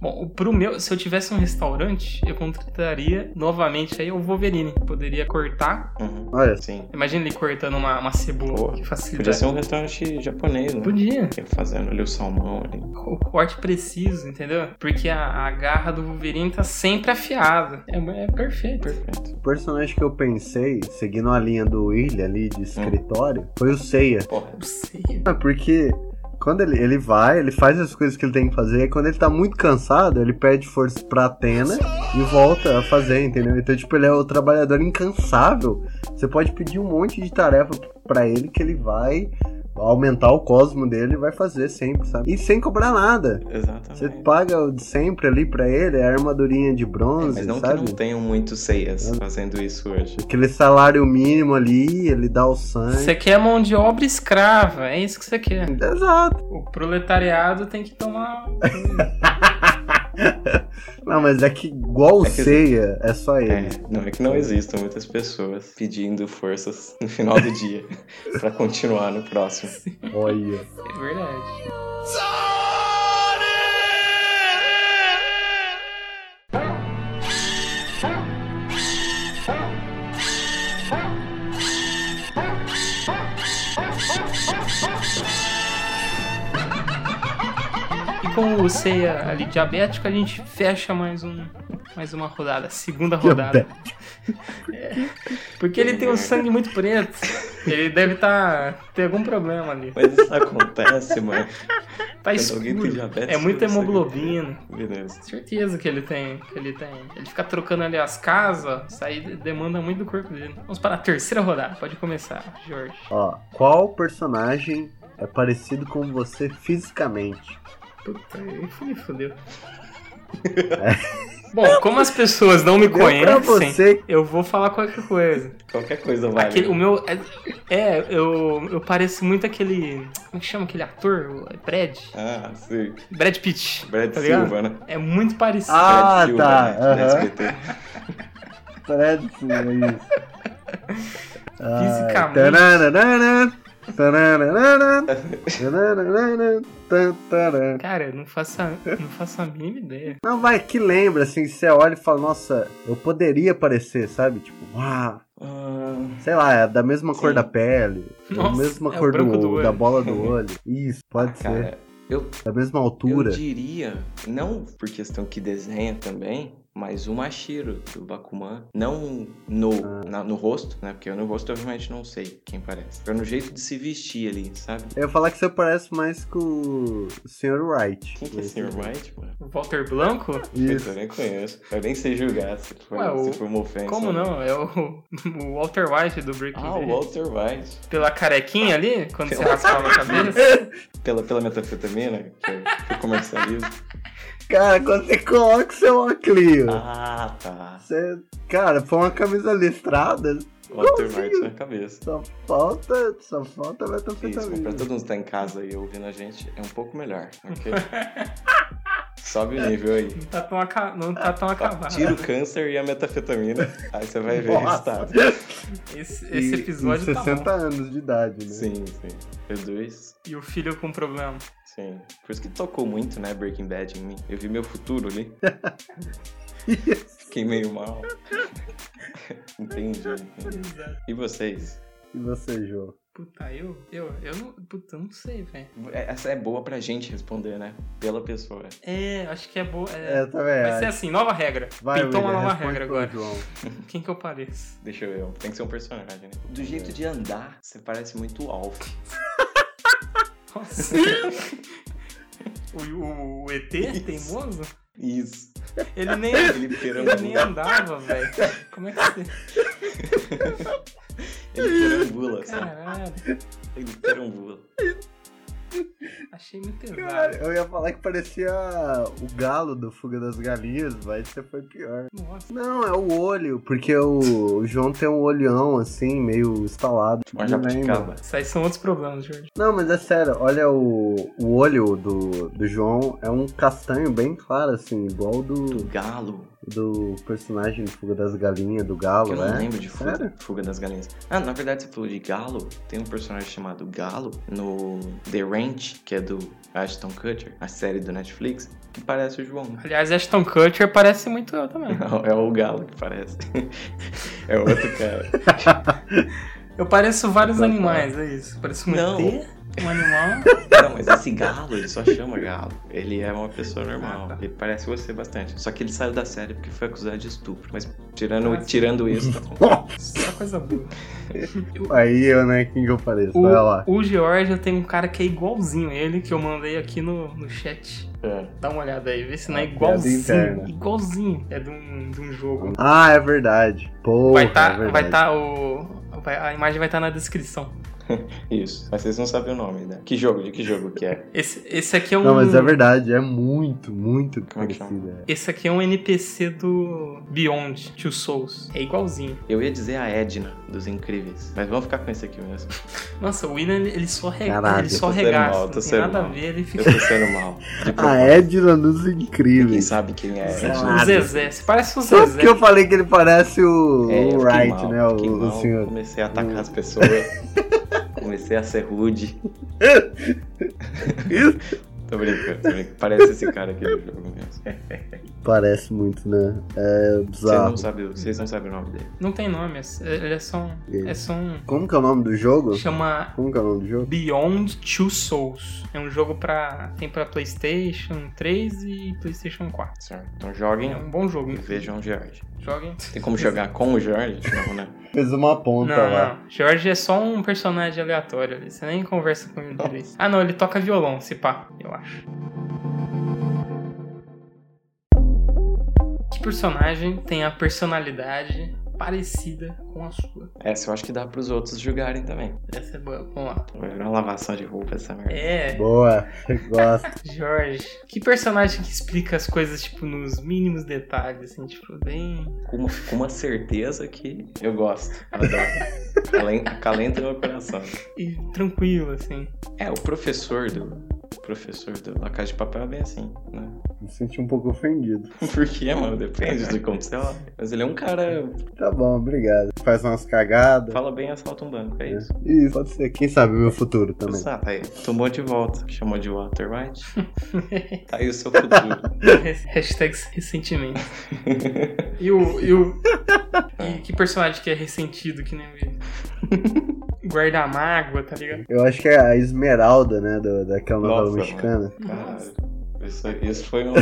Speaker 2: Bom, pro meu, se eu tivesse um restaurante, eu contrataria novamente aí o Wolverine. Poderia cortar.
Speaker 3: Uhum.
Speaker 4: Olha, assim,
Speaker 3: Sim.
Speaker 2: Imagina ele cortando uma, uma cebola.
Speaker 3: Porra,
Speaker 2: que
Speaker 3: Podia
Speaker 2: facilidade.
Speaker 3: ser um restaurante japonês, né?
Speaker 2: Podia.
Speaker 3: Ele fazendo ali o salmão ali.
Speaker 2: o corte preciso, entendeu? Porque a, a garra do Wolverine tá sempre afiada. É, é perfeito.
Speaker 3: Perfeito.
Speaker 4: o personagem que eu pensei, seguindo a linha do William ali
Speaker 3: Hum.
Speaker 4: de escritório, foi o Seiya.
Speaker 3: Porra.
Speaker 2: Não sei.
Speaker 4: Ah, porque quando ele, ele vai, ele faz as coisas que ele tem que fazer, e quando ele tá muito cansado, ele perde força pra Atena e volta a fazer, entendeu? Então, tipo, ele é o trabalhador incansável. Você pode pedir um monte de tarefa pra ele que ele vai aumentar o cosmo dele e vai fazer sempre, sabe? E sem cobrar nada. Você
Speaker 3: Exatamente.
Speaker 4: paga o de sempre ali pra ele, a armadurinha de bronze,
Speaker 3: É. Mas não
Speaker 4: sabe?
Speaker 3: que não tenham muitos ceias fazendo isso hoje.
Speaker 4: Aquele salário mínimo ali, ele dá o sangue.
Speaker 2: Você quer mão de obra escrava, é isso que você quer.
Speaker 4: Exato.
Speaker 2: O proletariado tem que tomar.
Speaker 4: Não, mas é que igual o
Speaker 3: É que-
Speaker 4: Seiya, é só ele.
Speaker 3: É, não é que não existam muitas pessoas pedindo forças no final do dia (laughs) pra continuar no próximo.
Speaker 4: Olha.
Speaker 2: É verdade. E com o ceia ali diabético, a gente fecha mais um. Mais uma rodada, segunda rodada. É, porque ele tem o sangue muito preto. Ele deve tá, ter algum problema ali.
Speaker 3: Mas isso acontece, mano.
Speaker 2: Tá
Speaker 3: Quando alguém tem
Speaker 2: escuro.
Speaker 3: diabetes,
Speaker 2: É muita
Speaker 3: isso aqui.
Speaker 2: hemoglobina.
Speaker 3: Beleza.
Speaker 2: Certeza que ele tem, que ele tem. Ele fica trocando ali as casas, isso aí demanda muito do corpo dele. Vamos para a terceira rodada, pode começar, Jorge.
Speaker 4: Ó, qual personagem é parecido com você fisicamente?
Speaker 2: Puta, ele me fudeu. Bom, como as pessoas não me
Speaker 4: É. Deu pra
Speaker 2: conhecem,
Speaker 4: você.
Speaker 2: eu vou falar qualquer coisa.
Speaker 3: Qualquer coisa vale. né?
Speaker 2: Aquele, o meu. É, é, eu, eu pareço muito aquele. Como é que chama aquele ator? O é Brad?
Speaker 3: Ah, sim.
Speaker 2: Brad Pitt.
Speaker 3: Brad
Speaker 2: tá ligado?
Speaker 3: Silva, né?
Speaker 2: É muito parecido.
Speaker 3: Brad
Speaker 4: Ah,
Speaker 3: Silva,
Speaker 4: tá,
Speaker 3: né? Na
Speaker 4: aham.
Speaker 3: SBT.
Speaker 4: Parece isso. Ah,
Speaker 2: Fisicamente.
Speaker 4: taranana, taranana, taranana, tan, taran.
Speaker 2: Cara, eu não faço, a, não faço a mínima ideia.
Speaker 4: Não, vai que lembra, assim, você olha e fala, nossa, eu poderia parecer, sabe? Tipo, uau,
Speaker 3: Ah,
Speaker 4: sei lá, é da mesma cor
Speaker 3: Sim.
Speaker 4: da pele, da
Speaker 2: Nossa,
Speaker 4: mesma
Speaker 2: é o
Speaker 4: cor do,
Speaker 2: branco do olho.
Speaker 4: da bola do olho. Isso, pode ser.
Speaker 3: Ah, cara, eu,
Speaker 4: Da mesma
Speaker 3: eu
Speaker 4: altura.
Speaker 3: diria, não por questão que desenha também, mas o Mashiro do Bakuman. Não no, na- no rosto, né? Porque eu no rosto eu realmente não sei quem parece. É no jeito de se vestir ali, sabe?
Speaker 4: Eu ia falar que você parece mais com o Sr. Wright.
Speaker 3: Quem que é Sr. White, mano?
Speaker 2: O Walter Blanco?
Speaker 4: Isso.
Speaker 3: Eu nem conheço. Eu nem sei julgar se foi,
Speaker 2: Ué, o-
Speaker 3: se foi uma ofensa.
Speaker 2: Como
Speaker 3: ou
Speaker 2: não? É o, o (laughs) Walter White do Breaking
Speaker 3: Ah, o
Speaker 2: Bad.
Speaker 3: Walter White.
Speaker 2: Pela carequinha ali, quando você raspava a cabeça.
Speaker 3: Pela, pela metanfetamina que eu, que eu comercializo.
Speaker 4: Cara, quando você coloca o seu óculos,
Speaker 3: ah, tá.
Speaker 4: você. Cara, põe uma camisa listrada,
Speaker 3: Walter
Speaker 4: Igualzinho.
Speaker 3: White na cabeça.
Speaker 4: só falta. Só falta
Speaker 3: Isso, pra
Speaker 4: metanfetamina.
Speaker 3: todo mundo que tá em casa aí ouvindo a gente, é um pouco melhor, ok? Sobe o nível aí.
Speaker 2: Não tá tão, aca... não tá tão acabado.
Speaker 3: Tira o câncer e a metafetamina, aí você vai ver o
Speaker 4: Nossa.
Speaker 3: resultado.
Speaker 2: Esse,
Speaker 4: E-
Speaker 2: esse episódio
Speaker 4: e
Speaker 2: tá
Speaker 4: 60
Speaker 2: bom.
Speaker 4: anos de idade, (laughs) né?
Speaker 3: Sim, sim. Reduz.
Speaker 2: E o filho com problema.
Speaker 3: Sim. Por isso que tocou muito, né, Breaking Bad em mim. Eu vi meu futuro ali. Fiquei meio mal. (laughs) Entendi. entendi. E vocês?
Speaker 4: E você, Jô?
Speaker 2: Puta, eu? Eu, eu não, puta, eu não sei, velho.
Speaker 3: Essa é boa pra gente responder, né? Pela pessoa.
Speaker 2: É, acho que é boa.
Speaker 4: É,
Speaker 2: É...
Speaker 4: eu também.
Speaker 2: Vai ser
Speaker 4: acho.
Speaker 2: assim, nova regra. Pintou uma
Speaker 4: William,
Speaker 2: nova
Speaker 4: responde
Speaker 2: regra
Speaker 4: pro
Speaker 2: agora.
Speaker 4: João.
Speaker 2: Quem que eu pareço?
Speaker 3: Deixa eu ver. Tem que ser um personagem, né? Do jeito de andar, você parece muito Alf.
Speaker 2: Nossa. o, o- o ET, é
Speaker 5: (laughs)
Speaker 2: teimoso?
Speaker 3: Isso.
Speaker 2: Ele nem,
Speaker 3: Ele
Speaker 2: ele nem
Speaker 3: perambula.
Speaker 2: andava, velho. Como é que você...
Speaker 3: Ele perambula, sabe?
Speaker 2: Caralho.
Speaker 3: Ele perambula.
Speaker 2: Achei muito pesado.
Speaker 4: Cara, eu ia falar que parecia o galo do Fuga das Galinhas, mas você foi pior.
Speaker 2: Nossa.
Speaker 4: Não, é o olho, porque o, o João tem um olhão assim, meio instalado.
Speaker 3: Uma jabuticaba.
Speaker 2: Isso aí são outros problemas, Jorge.
Speaker 4: Não, mas é sério, olha o, o olho do, do João, é um castanho bem claro, assim, igual ao
Speaker 3: Do
Speaker 4: do,
Speaker 3: galo.
Speaker 4: do personagem do Fuga das Galinhas, do galo,
Speaker 3: Eu não
Speaker 2: é?
Speaker 4: né?
Speaker 3: lembro de
Speaker 4: Sério?
Speaker 3: fuga, fuga das Galinhas. Ah, na verdade você falou de Galo. Tem um personagem chamado Galo no The Ranch, que é do Ashton Kutcher, a série do Netflix, que parece o João. (laughs)
Speaker 2: Aliás, Ashton Kutcher parece muito eu também.
Speaker 3: Não, é o Galo que parece. (laughs) É outro
Speaker 2: (laughs)
Speaker 3: cara.
Speaker 2: Eu pareço vários
Speaker 4: Tá
Speaker 3: Então,
Speaker 2: animais, é isso. Pareço um
Speaker 3: Não.
Speaker 2: ET, um animal.
Speaker 3: Não, mas esse Galo, ele só chama Galo. Ele é uma pessoa normal.
Speaker 2: Ah, tá.
Speaker 3: Ele parece você bastante. Só que ele saiu da série porque foi acusado de estupro. Mas tirando,
Speaker 2: Ah, sim.
Speaker 3: tirando isso, tá bom.
Speaker 2: Só coisa
Speaker 4: (laughs)
Speaker 2: boa.
Speaker 4: Aí eu, né, quem que eu pareço,
Speaker 2: O,
Speaker 4: olha lá.
Speaker 2: o Georgia tem um cara que é igualzinho a ele, que eu mandei aqui no, no chat.
Speaker 3: É.
Speaker 2: Dá uma olhada aí, vê se não é
Speaker 4: Uma piada
Speaker 2: igualzinho.
Speaker 4: interna.
Speaker 2: Igualzinho. É de um, de um jogo.
Speaker 4: Ah, é verdade. Porra,
Speaker 2: vai
Speaker 4: é
Speaker 2: tá,
Speaker 4: verdade.
Speaker 2: vai tá o. vai- a imagem vai estar na descrição.
Speaker 3: Isso. Mas vocês não sabem o nome, né? Que jogo? De que jogo que é?
Speaker 2: Esse, esse aqui é um.
Speaker 4: Não, mas é verdade, é muito, muito
Speaker 3: Como é que chama?
Speaker 4: parecido. é.
Speaker 2: Esse aqui é um NPC do Beyond Two Souls. É igualzinho.
Speaker 3: Eu ia dizer a Edna dos Incríveis. Mas vamos ficar com esse aqui mesmo.
Speaker 2: Nossa, o William, ele, ele só, re...
Speaker 4: Caralho,
Speaker 2: ele só
Speaker 3: tô sendo
Speaker 2: regaça.
Speaker 3: mal, tô
Speaker 2: não tem
Speaker 3: sendo
Speaker 2: nada a
Speaker 3: mal.
Speaker 2: ver, ele
Speaker 3: Eu
Speaker 2: fica
Speaker 3: tô sendo
Speaker 4: (laughs)
Speaker 3: mal. De
Speaker 4: A
Speaker 3: propósito.
Speaker 4: Edna dos
Speaker 3: Quem
Speaker 4: Ah, é? Incríveis.
Speaker 3: sabe quem é a
Speaker 4: Sei
Speaker 3: Edna?
Speaker 4: lá.
Speaker 2: o Zezé. Você parece o
Speaker 4: Sabe
Speaker 2: Zezé.
Speaker 4: que eu falei que ele parece o,
Speaker 3: É, eu
Speaker 4: o
Speaker 3: fiquei
Speaker 4: Wright,
Speaker 3: mal,
Speaker 4: né? O,
Speaker 3: fiquei
Speaker 4: o
Speaker 3: mal,
Speaker 4: senhor. Hum.
Speaker 3: Comecei a atacar as
Speaker 4: (laughs)
Speaker 3: pessoas. comecei a ser rude. Tô brincando, tô brincando. Parece esse cara aqui do jogo mesmo. É,
Speaker 4: Parece muito, né? É
Speaker 3: Vocês
Speaker 4: bizarro.
Speaker 3: não, sabem, vocês não sabem o nome dele.
Speaker 2: Não tem nome, é- ele é só um.
Speaker 4: Ele.
Speaker 2: É só um.
Speaker 4: Como que é o nome do jogo?
Speaker 2: Chama
Speaker 4: Como que é o nome do jogo?
Speaker 2: Beyond Two Souls. É um jogo pra. Tem pra PlayStation 3 e PlayStation 4.
Speaker 3: Certo. Então
Speaker 2: É
Speaker 3: joguem
Speaker 2: um bom jogo.
Speaker 3: e
Speaker 2: hein?
Speaker 3: vejam o George.
Speaker 2: Joguem.
Speaker 3: Tem como jogar com o George? Não, né?
Speaker 4: Fez uma
Speaker 2: Não,
Speaker 4: ponta lá.
Speaker 2: não. Jorge é só um personagem aleatório ali. Você nem conversa com ele direito. Ah, não, ele toca violão, se pá, eu acho. Que personagem tem a personalidade parecida com a sua?
Speaker 3: Essa eu acho que dá pros outros julgarem também.
Speaker 2: Essa é boa. Vamos lá.
Speaker 3: Vai virar uma lavação de roupa essa merda.
Speaker 2: É,
Speaker 4: Boa, (laughs) gosto.
Speaker 2: Jorge. Que personagem que explica as coisas, tipo, nos mínimos detalhes, assim, tipo, bem.
Speaker 3: com uma, com uma certeza que eu (laughs) gosto. Adoro. Calen- Acalenta meu coração.
Speaker 2: E tranquilo, assim. (laughs)
Speaker 3: É, o professor do. O professor do La Casa de Papel é bem assim, né? (laughs)
Speaker 4: Me senti um pouco ofendido.
Speaker 3: Porque, mano, depende de como você olha. Mas ele é um cara.
Speaker 4: Tá bom, obrigado. Faz umas cagadas.
Speaker 3: Fala bem e assalta um banco, é isso.
Speaker 4: Isso, pode ser. Quem sabe o meu futuro
Speaker 3: Tu
Speaker 4: também.
Speaker 3: sabe, aí. Tomou de volta. Chamou de Walter (laughs) White. tá aí o seu (laughs) futuro.
Speaker 2: Hashtags ressentimento. E o. E,
Speaker 4: (laughs)
Speaker 2: o- e que personagem que é ressentido que nem ele? Guarda mágoa, tá ligado?
Speaker 4: Eu acho que é a Esmeralda, né? do- daquela novela
Speaker 3: Nossa,
Speaker 4: mexicana.
Speaker 3: Caralho. Isso, isso foi um.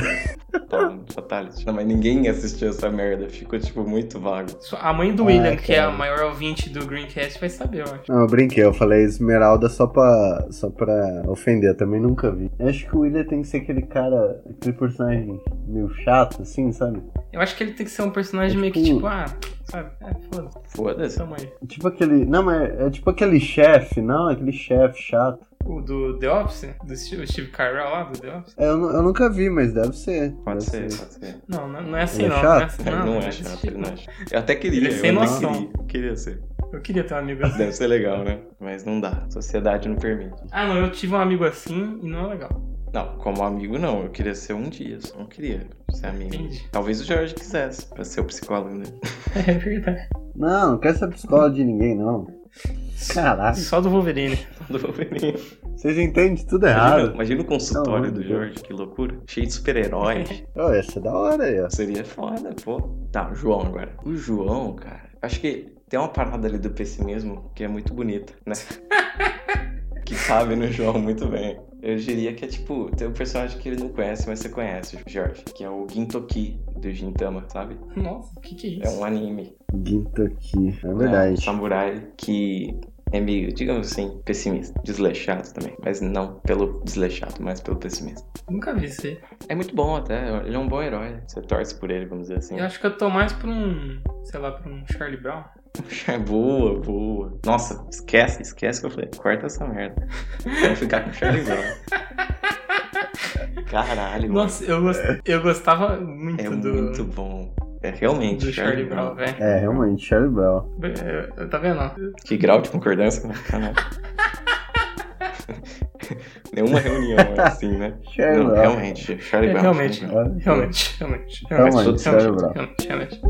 Speaker 3: Tá, um fatality. Não, mas ninguém assistiu essa merda. Ficou, tipo, muito vago.
Speaker 2: Sua- A mãe do
Speaker 4: Ah,
Speaker 2: William, que é a
Speaker 4: cara.
Speaker 2: maior ouvinte do Greencast, vai saber, eu acho.
Speaker 4: Não, eu brinquei, eu falei esmeralda só pra, só pra ofender, eu também nunca vi. Eu acho que o William tem que ser aquele cara, aquele personagem meio chato, assim, sabe?
Speaker 2: Eu acho que ele tem que ser um personagem
Speaker 4: É
Speaker 2: meio que
Speaker 4: tipo-
Speaker 2: tipo, ah, sabe? É, foda-se,
Speaker 3: Foda-se.
Speaker 2: sua mãe.
Speaker 4: Tipo aquele. Não, mas é tipo aquele chefe, não, aquele chefe chato.
Speaker 2: O do The Office? Do Steve o Steve Carell lá, do The Office?
Speaker 4: É, Eu, nu- eu nunca vi, mas deve ser.
Speaker 3: Pode
Speaker 4: deve
Speaker 3: ser, pode ser.
Speaker 2: Não, não, não é assim,
Speaker 4: Ele é
Speaker 2: não. Não é
Speaker 4: chato?
Speaker 2: assim,
Speaker 3: Não,
Speaker 2: não.
Speaker 3: não
Speaker 2: é
Speaker 3: é
Speaker 2: desse
Speaker 3: chato,
Speaker 2: tipo.
Speaker 3: não é chato. Eu até queria,
Speaker 2: Ele é
Speaker 3: eu
Speaker 2: sem
Speaker 3: até
Speaker 2: noção.
Speaker 3: queria, queria ser.
Speaker 2: Eu queria ter um amigo assim.
Speaker 3: Deve ser legal, né? Mas não dá, a sociedade não permite.
Speaker 2: Ah, não, eu tive um amigo assim e não é legal. (laughs)
Speaker 3: Não, como amigo não, eu queria ser um dia, só não queria ser amigo.
Speaker 2: Entendi.
Speaker 3: Talvez o Jorge quisesse, pra ser o psicólogo dele. (laughs)
Speaker 2: É verdade.
Speaker 4: Não, não quero ser psicólogo de ninguém, não. Caraca,
Speaker 2: Só do Wolverine.
Speaker 3: Do Wolverine.
Speaker 4: vocês entendem tudo
Speaker 3: Imagina,
Speaker 4: errado.
Speaker 3: imagina o consultório
Speaker 4: Não,
Speaker 3: do
Speaker 4: não.
Speaker 3: Jorge, que loucura. Cheio de super-heróis.
Speaker 4: Ô, essa é da hora aí, ó.
Speaker 3: Seria foda, pô. Tá, o João agora. O João, cara, acho que tem uma parada ali do pessimismo que é muito bonita, né? que cabe no João muito bem. Eu diria que é tipo, tem um personagem que ele não conhece, mas você conhece, Jorge, que é o Gintoki do Gintama, sabe?
Speaker 2: Nossa, o que que é isso?
Speaker 3: É um anime.
Speaker 4: Guinto aqui, é
Speaker 3: né? Um
Speaker 4: verdade.
Speaker 3: samurai que é meio, digamos assim, pessimista. Desleixado também. Mas não pelo desleixado, mas pelo pessimista.
Speaker 2: Nunca vi isso aí.
Speaker 3: É muito bom até. Ele é um bom herói. Você torce por ele, vamos dizer assim.
Speaker 2: Eu acho que eu tô mais pra um. sei lá, pra um Charlie Brown.
Speaker 3: (laughs) Boa, boa. Nossa, esquece, esquece que eu falei. Corta essa merda. Vamos ficar com
Speaker 2: (laughs)
Speaker 3: o Charlizão. Caralho, mano.
Speaker 2: Nossa, eu, gos- eu gostava muito
Speaker 3: É
Speaker 2: do,
Speaker 3: muito bom. É realmente
Speaker 2: do Charlie Brown, velho.
Speaker 4: É, realmente, Charlie Brown.
Speaker 2: É, Tá vendo?
Speaker 3: Que grau de concordância, né? Ah, mano.
Speaker 2: (laughs)
Speaker 3: Caralho. Nenhuma
Speaker 2: (laughs)
Speaker 3: reunião é assim, né?
Speaker 4: Charlie
Speaker 3: Não,
Speaker 4: Brown.
Speaker 3: realmente, Charlie
Speaker 2: É,
Speaker 3: Brown.
Speaker 2: realmente. (laughs)
Speaker 3: Charlie Brown.
Speaker 4: É.
Speaker 2: Realmente, realmente.
Speaker 4: Realmente,
Speaker 2: Realmente,
Speaker 4: Charlie Brown.
Speaker 2: realmente, realmente.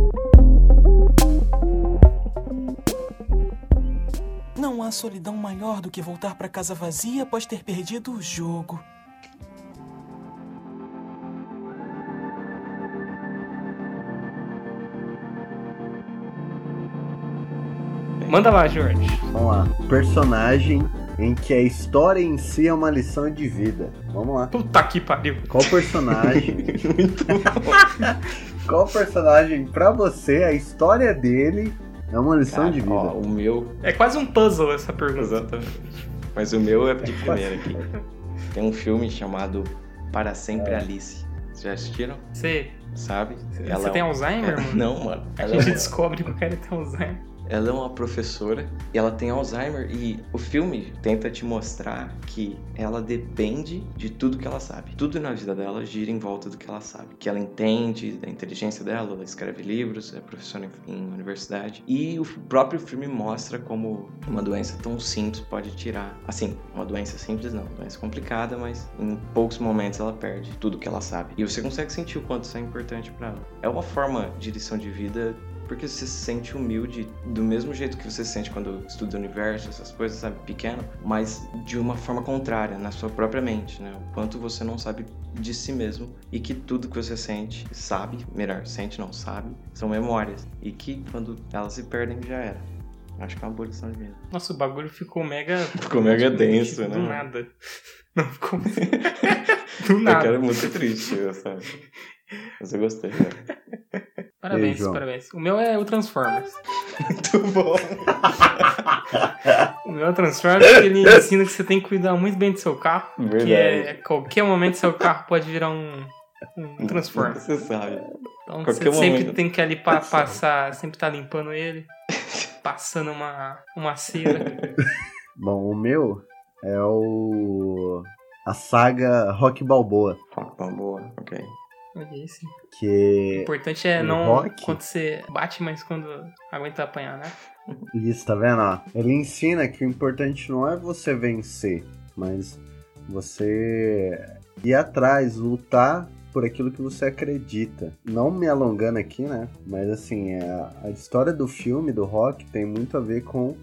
Speaker 5: Não há solidão maior do que voltar pra casa vazia após ter perdido o jogo.
Speaker 2: Manda lá, George.
Speaker 4: Vamos lá. Personagem em que a história em si é uma lição de vida. Vamos lá.
Speaker 2: Puta que pariu.
Speaker 4: Qual personagem?
Speaker 3: (laughs)
Speaker 4: Qual personagem pra você a história dele é uma lição
Speaker 3: Cara,
Speaker 4: de vida?
Speaker 3: Ah, ó, o meu.
Speaker 2: É quase um puzzle essa pergunta.
Speaker 3: Exatamente. Mas o meu é de primeira aqui. Tem um filme chamado Para Sempre Alice. Vocês já assistiram?
Speaker 2: Você,
Speaker 3: Sabe? é
Speaker 2: você
Speaker 3: um-
Speaker 2: tem
Speaker 3: (laughs)
Speaker 2: Alzheimer, mano?
Speaker 3: Não, mano.
Speaker 2: A
Speaker 3: Ela é
Speaker 2: gente
Speaker 3: uma-
Speaker 2: descobre que o cara tem Alzheimer.
Speaker 3: Ela é uma professora e ela tem Alzheimer e o filme tenta te mostrar que ela depende de tudo que ela sabe. Tudo na vida dela gira em volta do que ela sabe, que ela entende da inteligência dela, ela escreve livros, é professora em, em universidade e o próprio filme mostra como uma doença tão simples pode tirar, assim, uma doença simples não, uma doença complicada, mas em poucos momentos ela perde tudo que ela sabe. E você consegue sentir o quanto isso é importante pra ela. É uma forma de lição de vida porque você se sente humilde do mesmo jeito que você se sente quando estuda o universo, essas coisas, sabe, pequeno, mas de uma forma contrária, na sua própria mente, né? O quanto você não sabe de si mesmo e que tudo que você sente, sabe, melhor, sente, não sabe, são memórias. E que quando elas se perdem, já era. Acho que é uma boa lição de vida.
Speaker 2: Nossa, o bagulho ficou mega. tipo,
Speaker 3: Ficou mega denso,
Speaker 2: do
Speaker 3: né?
Speaker 2: Do nada. (laughs) Não ficou.
Speaker 3: (laughs)
Speaker 2: do
Speaker 3: Eu
Speaker 2: nada.
Speaker 3: quero muito triste, eu, sabe? Mas eu gostei, né? velho.
Speaker 2: Parabéns,
Speaker 4: João.
Speaker 2: parabéns. O meu é o Transformers.
Speaker 3: Muito bom.
Speaker 2: O meu é o Transformers que
Speaker 3: (laughs)
Speaker 2: ele ensina que você tem que cuidar muito bem do seu carro. Que é, qualquer momento seu carro pode virar um,
Speaker 3: (laughs)
Speaker 2: um Transformers.
Speaker 3: Você sabe.
Speaker 2: Então
Speaker 3: Qualquer
Speaker 2: você sempre
Speaker 3: momento.
Speaker 2: tem que ali pa- passar, sempre tá limpando
Speaker 3: (laughs)
Speaker 2: ele, passando uma, uma cera.
Speaker 4: Bom, o meu é o. A saga Rock Balboa.
Speaker 3: Ó, Uma boa, tá ok.
Speaker 2: Olha isso. O
Speaker 4: Que.
Speaker 2: importante é
Speaker 4: Um
Speaker 2: não
Speaker 4: rock?
Speaker 2: quando você bate, mas quando aguenta apanhar, né?
Speaker 4: Isso, tá vendo? ó? Ele ensina que o importante não é você vencer, mas você ir atrás, lutar por aquilo que você acredita. Não me alongando aqui, né? Mas assim, a, a história do filme, do rock, tem muito a ver com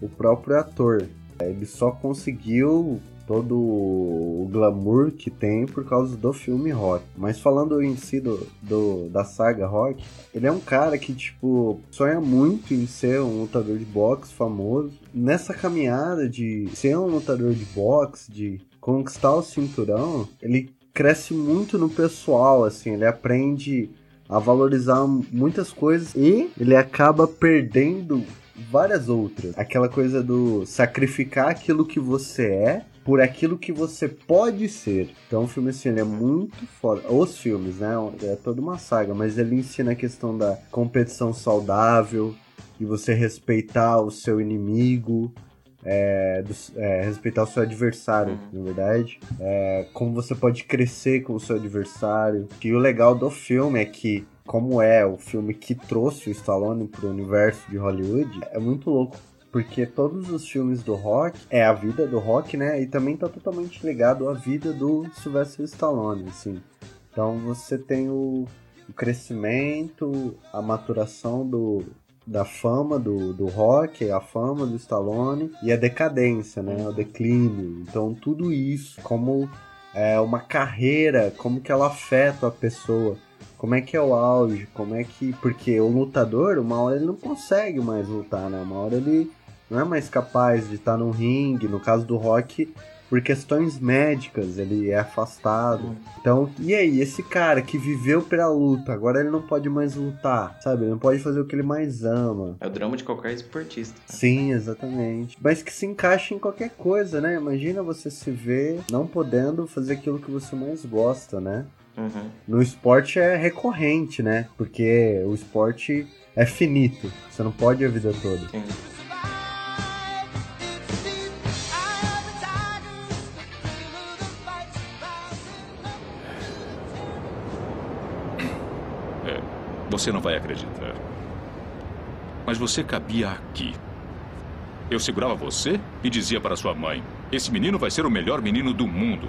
Speaker 4: o próprio ator. Ele só conseguiu todo o glamour que tem por causa do filme rock. Mas falando em si do, do- da saga rock, ele é um cara que, tipo, sonha muito em ser um lutador de boxe famoso. Nessa caminhada de ser um lutador de boxe, de conquistar o cinturão, ele cresce muito no pessoal, assim, ele aprende a valorizar muitas coisas e ele acaba perdendo várias outras. Aquela coisa do sacrificar aquilo que você é por aquilo que você pode ser. Então o filme assim, ele é muito foda. Os filmes, né? É toda uma saga, mas ele ensina a questão da competição saudável, de você respeitar o seu inimigo, é, dos- é, respeitar o seu adversário, na verdade É, como você pode crescer com o seu adversário. E o legal do filme é que, como é o filme que trouxe o Stallone pro universo de Hollywood, é muito louco. Porque todos os filmes do rock é a vida do rock, né? E também tá totalmente ligado à vida do Sylvester Stallone, assim. Então você tem o, o crescimento, a maturação do, da fama do, do rock, a fama do Stallone e a decadência, né? O declínio. Então tudo isso, como é, uma carreira, como que ela afeta a pessoa, como é que é o auge, como é que. Porque o lutador, uma hora ele não consegue mais lutar, né? Uma hora ele não é mais capaz de estar num ringue, no caso do rock, por questões médicas, ele é afastado. Então, e aí, esse cara que viveu pela luta, agora ele não pode mais lutar, sabe? Ele não pode fazer o que ele mais ama.
Speaker 3: É o drama de qualquer esportista.
Speaker 4: Sim, exatamente. Mas que se encaixa em qualquer coisa, né? Imagina você se ver não podendo fazer aquilo que você mais gosta, né?
Speaker 3: Uhum.
Speaker 4: No esporte é recorrente, né? Porque o esporte é finito. Você não pode a vida toda.
Speaker 3: Sim.
Speaker 6: Você não vai acreditar. Mas você cabia aqui. Eu segurava você e dizia para sua mãe: Esse menino vai ser o melhor menino do mundo.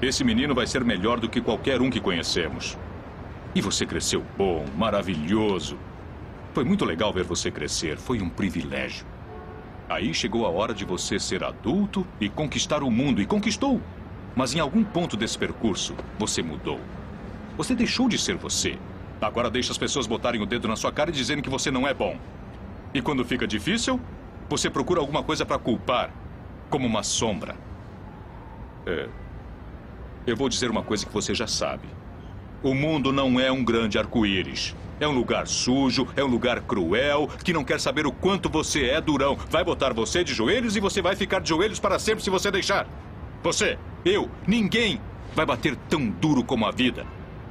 Speaker 6: Esse menino vai ser melhor do que qualquer um que conhecemos. E você cresceu bom, maravilhoso. Foi muito legal ver você crescer, foi um privilégio. Aí chegou a hora de você ser adulto e conquistar o mundo, e conquistou. Mas em algum ponto desse percurso, você mudou. Você deixou de ser você. Agora deixa as pessoas botarem o dedo na sua cara e dizerem que você não é bom. E quando fica difícil, você procura alguma coisa para culpar, como uma sombra. É. Eu vou dizer uma coisa que você já sabe. O mundo não é um grande arco-íris. É um lugar sujo, é um lugar cruel, que não quer saber o quanto você é durão. Vai botar você de joelhos e você vai ficar de joelhos para sempre se você deixar. Você, eu, ninguém vai bater tão duro como a vida.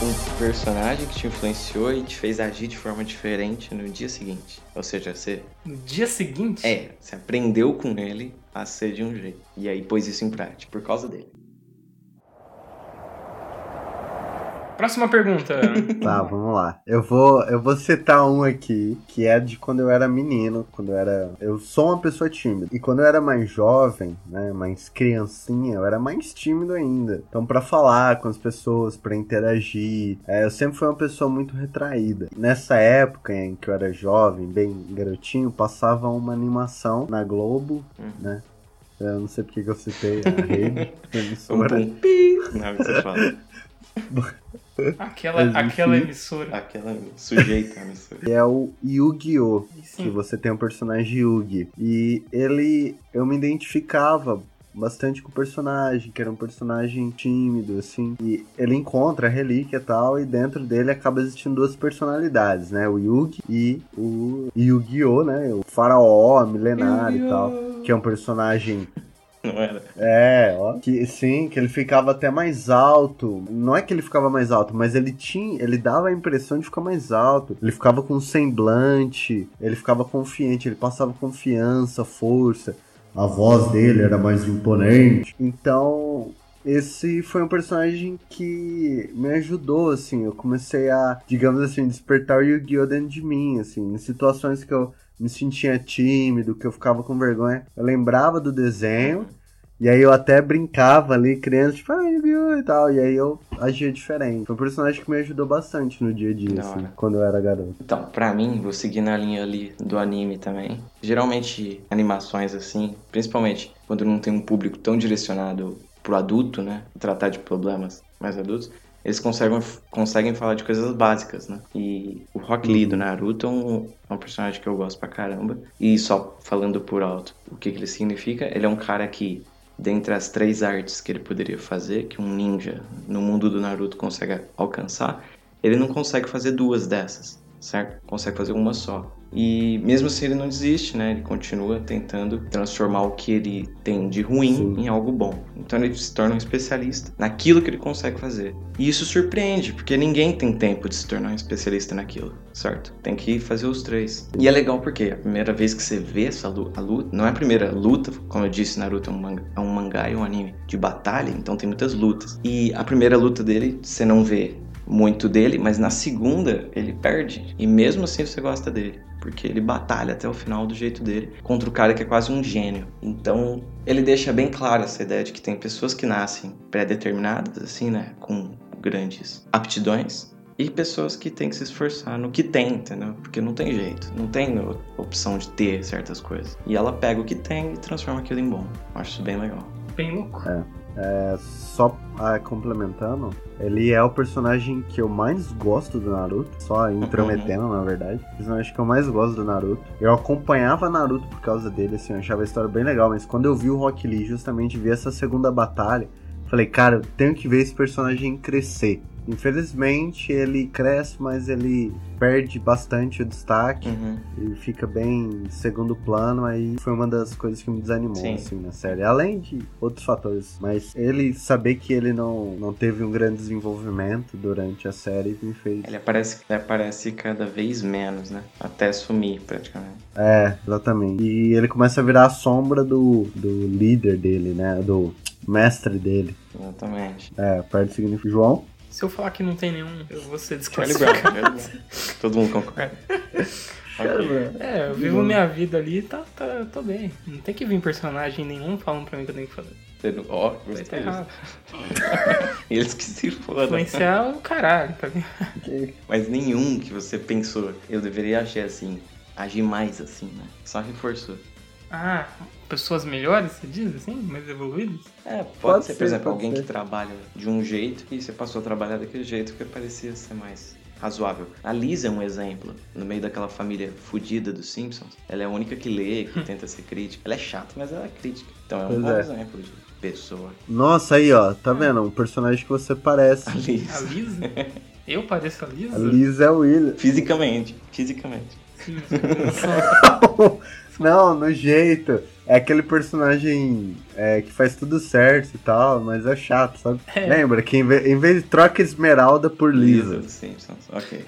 Speaker 3: Um personagem que te influenciou e te fez agir de forma diferente no dia seguinte. Ou seja, você
Speaker 2: No dia seguinte?
Speaker 3: é, você aprendeu com ele a ser de um jeito. E aí pôs isso em prática por causa dele.
Speaker 2: Próxima pergunta.
Speaker 4: Tá, vamos lá. Eu vou, eu vou citar um aqui, que é de quando eu era menino, quando eu era. Eu sou uma pessoa tímida. E quando eu era mais jovem, né? Mais criancinha, eu era mais tímido ainda. Então, pra falar com as pessoas, pra interagir, é, eu sempre fui uma pessoa muito retraída. Nessa época em que eu era jovem, bem garotinho, passava uma animação na Globo, né? Eu não sei porque que eu citei a rede. a
Speaker 3: Um
Speaker 4: emissora.
Speaker 3: pum. Na hora que você fala.
Speaker 2: Aquela,
Speaker 4: Mas, enfim.
Speaker 2: aquela emissora.
Speaker 3: Aquela sujeita, né? isso.
Speaker 4: que é o Yu-Gi-Oh!
Speaker 2: E
Speaker 4: que
Speaker 2: Sim.
Speaker 4: você tem um personagem Yugi. E ele, eu me identificava bastante com o personagem, que era um personagem tímido, assim. E ele encontra a relíquia e tal, e dentro dele acaba existindo duas personalidades, né? O Yugi e o Yu-Gi-Oh, né? O faraó, milenário e tal. Que é um personagem
Speaker 3: Não era?
Speaker 4: é, ó. Que, sim, que ele ficava até mais alto. Não é que ele ficava mais alto, mas ele tinha. Ele dava a impressão de ficar mais alto. Ele ficava com um semblante, ele ficava confiante, ele passava confiança, força. A voz dele era mais imponente. Então. Esse foi um personagem que me ajudou, assim. Eu comecei a, digamos assim, despertar o Yu-Gi-Oh! dentro de mim, assim. Em situações que eu me sentia tímido, que eu ficava com vergonha, eu lembrava do desenho e aí eu até brincava ali, criança, tipo, ai, viu, e tal. E aí eu agia diferente. Foi um personagem que me ajudou bastante no dia a dia,
Speaker 3: Da
Speaker 4: assim,
Speaker 3: hora.
Speaker 4: quando eu era garoto.
Speaker 3: Então, pra mim, vou seguir na linha ali do anime também. Geralmente, animações assim, principalmente quando não tem um público tão direcionado pro adulto, né? Tratar de problemas mais adultos, eles conservam, conseguem falar de coisas básicas, né? E o Rock Lee do Naruto é um, é um personagem que eu gosto pra caramba. E só falando por alto, o que, que ele significa? Ele é um cara que dentre as três artes que ele poderia fazer, que um ninja no mundo do Naruto consegue alcançar, ele não consegue fazer duas dessas, certo? Consegue fazer uma só. E mesmo assim ele não desiste, né? Ele continua tentando transformar o que ele tem de ruim
Speaker 4: Sim.
Speaker 3: em algo bom. Então ele se torna um especialista naquilo que ele consegue fazer. E isso surpreende, porque ninguém tem tempo de se tornar um especialista naquilo, certo? Tem que fazer os três. E é legal porque a primeira vez que você vê essa lu- a luta, não é a primeira luta, como eu disse, Naruto é um, manga, é um mangá e um anime de batalha, então tem muitas lutas. E a primeira luta dele, você não vê muito dele, mas na segunda ele perde. E mesmo assim você gosta dele. Porque ele batalha até o final do jeito dele contra o cara que é quase um gênio. Então ele deixa bem clara essa ideia de que tem pessoas que nascem pré-determinadas, assim, né? Com grandes aptidões. E pessoas que têm que se esforçar no que tem, entendeu? Porque não tem jeito. Não tem no- opção de ter certas coisas. E ela pega o que tem e transforma aquilo em bom. Eu acho isso bem legal.
Speaker 2: Bem louco.
Speaker 4: É, só ah, complementando, ele é o personagem que eu mais gosto do Naruto, só intrometendo, na verdade. O personagem que eu mais gosto do Naruto. Eu acompanhava Naruto por causa dele, assim, eu achava a história bem legal, mas quando eu vi o Rock Lee, justamente vi essa segunda batalha, falei, cara, eu tenho que ver esse personagem crescer. Infelizmente, ele cresce, mas ele perde bastante o destaque
Speaker 3: Uhum.
Speaker 4: e fica bem em segundo plano. Aí foi uma das coisas que me desanimou,
Speaker 3: Sim.
Speaker 4: assim, na série. Além de outros fatores. Mas ele saber que ele não, não teve um grande desenvolvimento durante a série me fez.
Speaker 3: Ele aparece, ele aparece cada vez menos, né? Até sumir, praticamente.
Speaker 4: É, exatamente. E ele começa a virar a sombra do, do líder dele, né? Do mestre dele.
Speaker 3: Exatamente.
Speaker 4: É, parte significa João.
Speaker 2: Se eu falar que não tem nenhum, eu vou ser
Speaker 3: Charlie
Speaker 2: desclassificado.
Speaker 3: Brown, Charlie Brown. Todo mundo concorda. Ok.
Speaker 2: (laughs) É, eu vivo minha vida ali e tá, tá, tô bem. Não tem que vir personagem nenhum falando pra mim que eu tenho que fazer.
Speaker 3: Você não- Ó,
Speaker 2: Isso tá
Speaker 3: gostei disso.
Speaker 2: errado.
Speaker 3: Eles que se fodam.
Speaker 2: Influenciar o caralho, tá ligado?
Speaker 3: Mas nenhum que você pensou, eu deveria agir assim, agir mais assim, né? Só reforçou.
Speaker 2: Ah, pessoas melhores, você diz assim? Mais evoluídas?
Speaker 3: É, pode,
Speaker 4: Pode
Speaker 3: ser,
Speaker 4: ser,
Speaker 3: por exemplo,
Speaker 4: pode
Speaker 3: alguém
Speaker 4: ser.
Speaker 3: que trabalha de um jeito e você passou a trabalhar daquele jeito que parecia ser mais razoável. A Lisa é um exemplo. No meio daquela família fudida dos Simpsons, ela é a única que lê,
Speaker 4: (laughs)
Speaker 3: que tenta ser crítica. Ela é chata, mas ela é crítica. Então é um
Speaker 4: Pois
Speaker 3: bom
Speaker 4: é.
Speaker 3: exemplo de pessoa. (laughs)
Speaker 4: Nossa, aí, ó. Tá vendo? Um personagem que você
Speaker 3: (laughs)
Speaker 4: parece.
Speaker 3: A
Speaker 2: A
Speaker 3: Lisa.
Speaker 2: Lisa? Eu pareço a Lisa?
Speaker 4: A Liz é o William.
Speaker 3: Fisicamente, fisicamente.
Speaker 2: Sim, eu sou-
Speaker 4: (laughs) Não, no jeito. É aquele personagem é, que faz tudo certo e tal, mas é chato, sabe?
Speaker 2: É.
Speaker 4: Lembra que em ve- em vez de troca Esmeralda por Lisa.
Speaker 3: dos Simpsons, ok.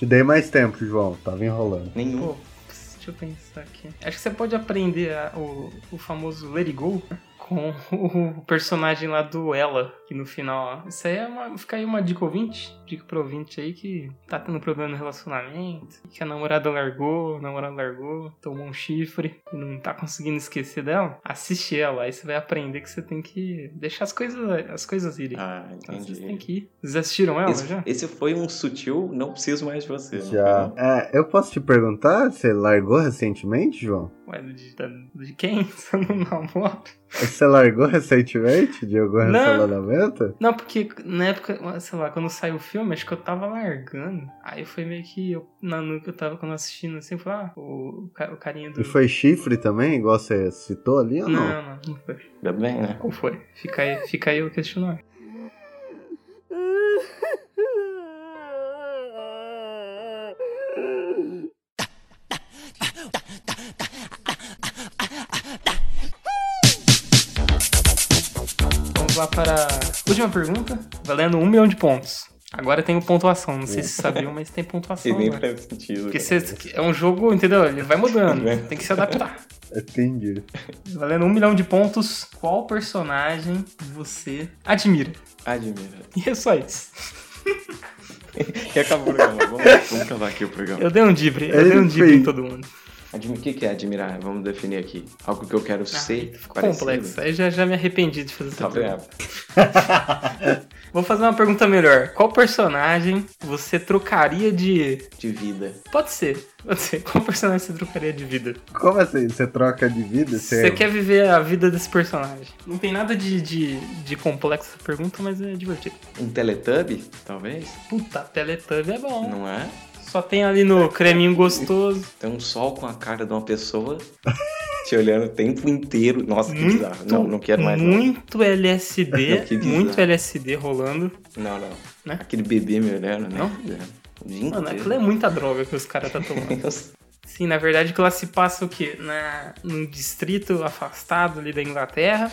Speaker 4: Te dei mais tempo, João. Tava enrolando.
Speaker 3: Nenhum.
Speaker 2: Pô, pss, deixa eu pensar aqui. Acho que você pode aprender a- o, o famoso Let It Go com (laughs) o personagem lá do Ela, que no final, ó. Isso aí é uma. Fica aí uma dica ouvinte, dica pro ouvinte aí que tá tendo problema no relacionamento, que a namorada largou, o namorado largou, tomou um chifre e não tá conseguindo esquecer dela. Assiste ela, aí você vai aprender que você tem que deixar as coisas, as coisas irem.
Speaker 3: Ah,
Speaker 2: Então vocês
Speaker 3: entendi.
Speaker 2: têm que ir. Vocês assistiram ela
Speaker 3: esse,
Speaker 2: já?
Speaker 3: esse foi um sutil, não preciso mais de você. não
Speaker 4: Já.
Speaker 3: foi,
Speaker 4: É, eu posso te perguntar, você largou recentemente, João?
Speaker 2: Ué, de, da- de quem? (laughs) um Você não namora?
Speaker 4: Você largou (laughs) recentemente de algum
Speaker 2: Não.
Speaker 4: relacionamento?
Speaker 2: Não, porque na época, sei lá, quando saiu o filme, acho que eu tava largando. Aí foi meio que eu, na nuca eu tava quando assistindo assim, eu falei, ah, o, o ca- o carinha do.
Speaker 4: E foi chifre também, igual você citou ali ou
Speaker 2: Não,
Speaker 4: não?
Speaker 2: não, não, foi.
Speaker 3: Ainda bem, né?
Speaker 2: Ou foi? Fica aí, fica aí o questionário. Vamos lá para a última pergunta, valendo um milhão de pontos. Agora tem pontuação, não sei se vocês sabiam, mas tem
Speaker 3: E
Speaker 2: pontuação.
Speaker 3: nem
Speaker 2: agora.
Speaker 3: faz sentido.
Speaker 2: Porque
Speaker 3: cara.
Speaker 2: cê- é um jogo, entendeu? Ele vai mudando,
Speaker 3: Né?
Speaker 2: tem que se adaptar.
Speaker 4: Entendi.
Speaker 2: Valendo um milhão de pontos, qual personagem você admira?
Speaker 3: Admira.
Speaker 2: E é só isso.
Speaker 3: E acabou o programa. Vamos, vamos acabar aqui o programa.
Speaker 2: Eu dei um dibre, eu
Speaker 4: Ele
Speaker 2: dei um dibre
Speaker 4: fez.
Speaker 2: em todo mundo.
Speaker 3: Admi- O que que é admirar? Vamos definir aqui. Algo que eu quero ser.
Speaker 2: ficou
Speaker 3: parecido.
Speaker 2: Ah, complexo. Aí já, já me arrependi de fazer
Speaker 3: Tá
Speaker 2: essa pergunta.
Speaker 3: vendo?
Speaker 2: Vou fazer uma pergunta melhor. Qual personagem você trocaria de.
Speaker 3: De vida.
Speaker 2: Pode ser, pode ser. Qual personagem você trocaria de vida?
Speaker 4: Como assim? Você troca de
Speaker 3: é um-
Speaker 4: vida? é um-
Speaker 2: Você quer viver a vida desse personagem? Não tem nada de, de, de complexo essa pergunta, mas é divertido.
Speaker 3: Um teletubbie, talvez?
Speaker 2: Puta, Teletubbie é bom.
Speaker 3: Não é?
Speaker 2: Só tem ali no creminho gostoso.
Speaker 3: Tem um sol com a cara de uma pessoa te olhando o tempo inteiro. Nossa, que bizarro. Não, não quero mais. não.
Speaker 2: Muito LSD,
Speaker 3: Que bizarro.
Speaker 2: muito LSD rolando.
Speaker 3: Não, não.
Speaker 2: Né?
Speaker 3: Aquele bebê me olhando, né?
Speaker 2: Não?
Speaker 3: O dia
Speaker 2: Mano,
Speaker 3: inteiro.
Speaker 2: aquilo é muita droga que os caras tá
Speaker 3: (laughs)
Speaker 2: tomando. Sim, na verdade que ela se passa o quê? Na, num distrito afastado ali da Inglaterra,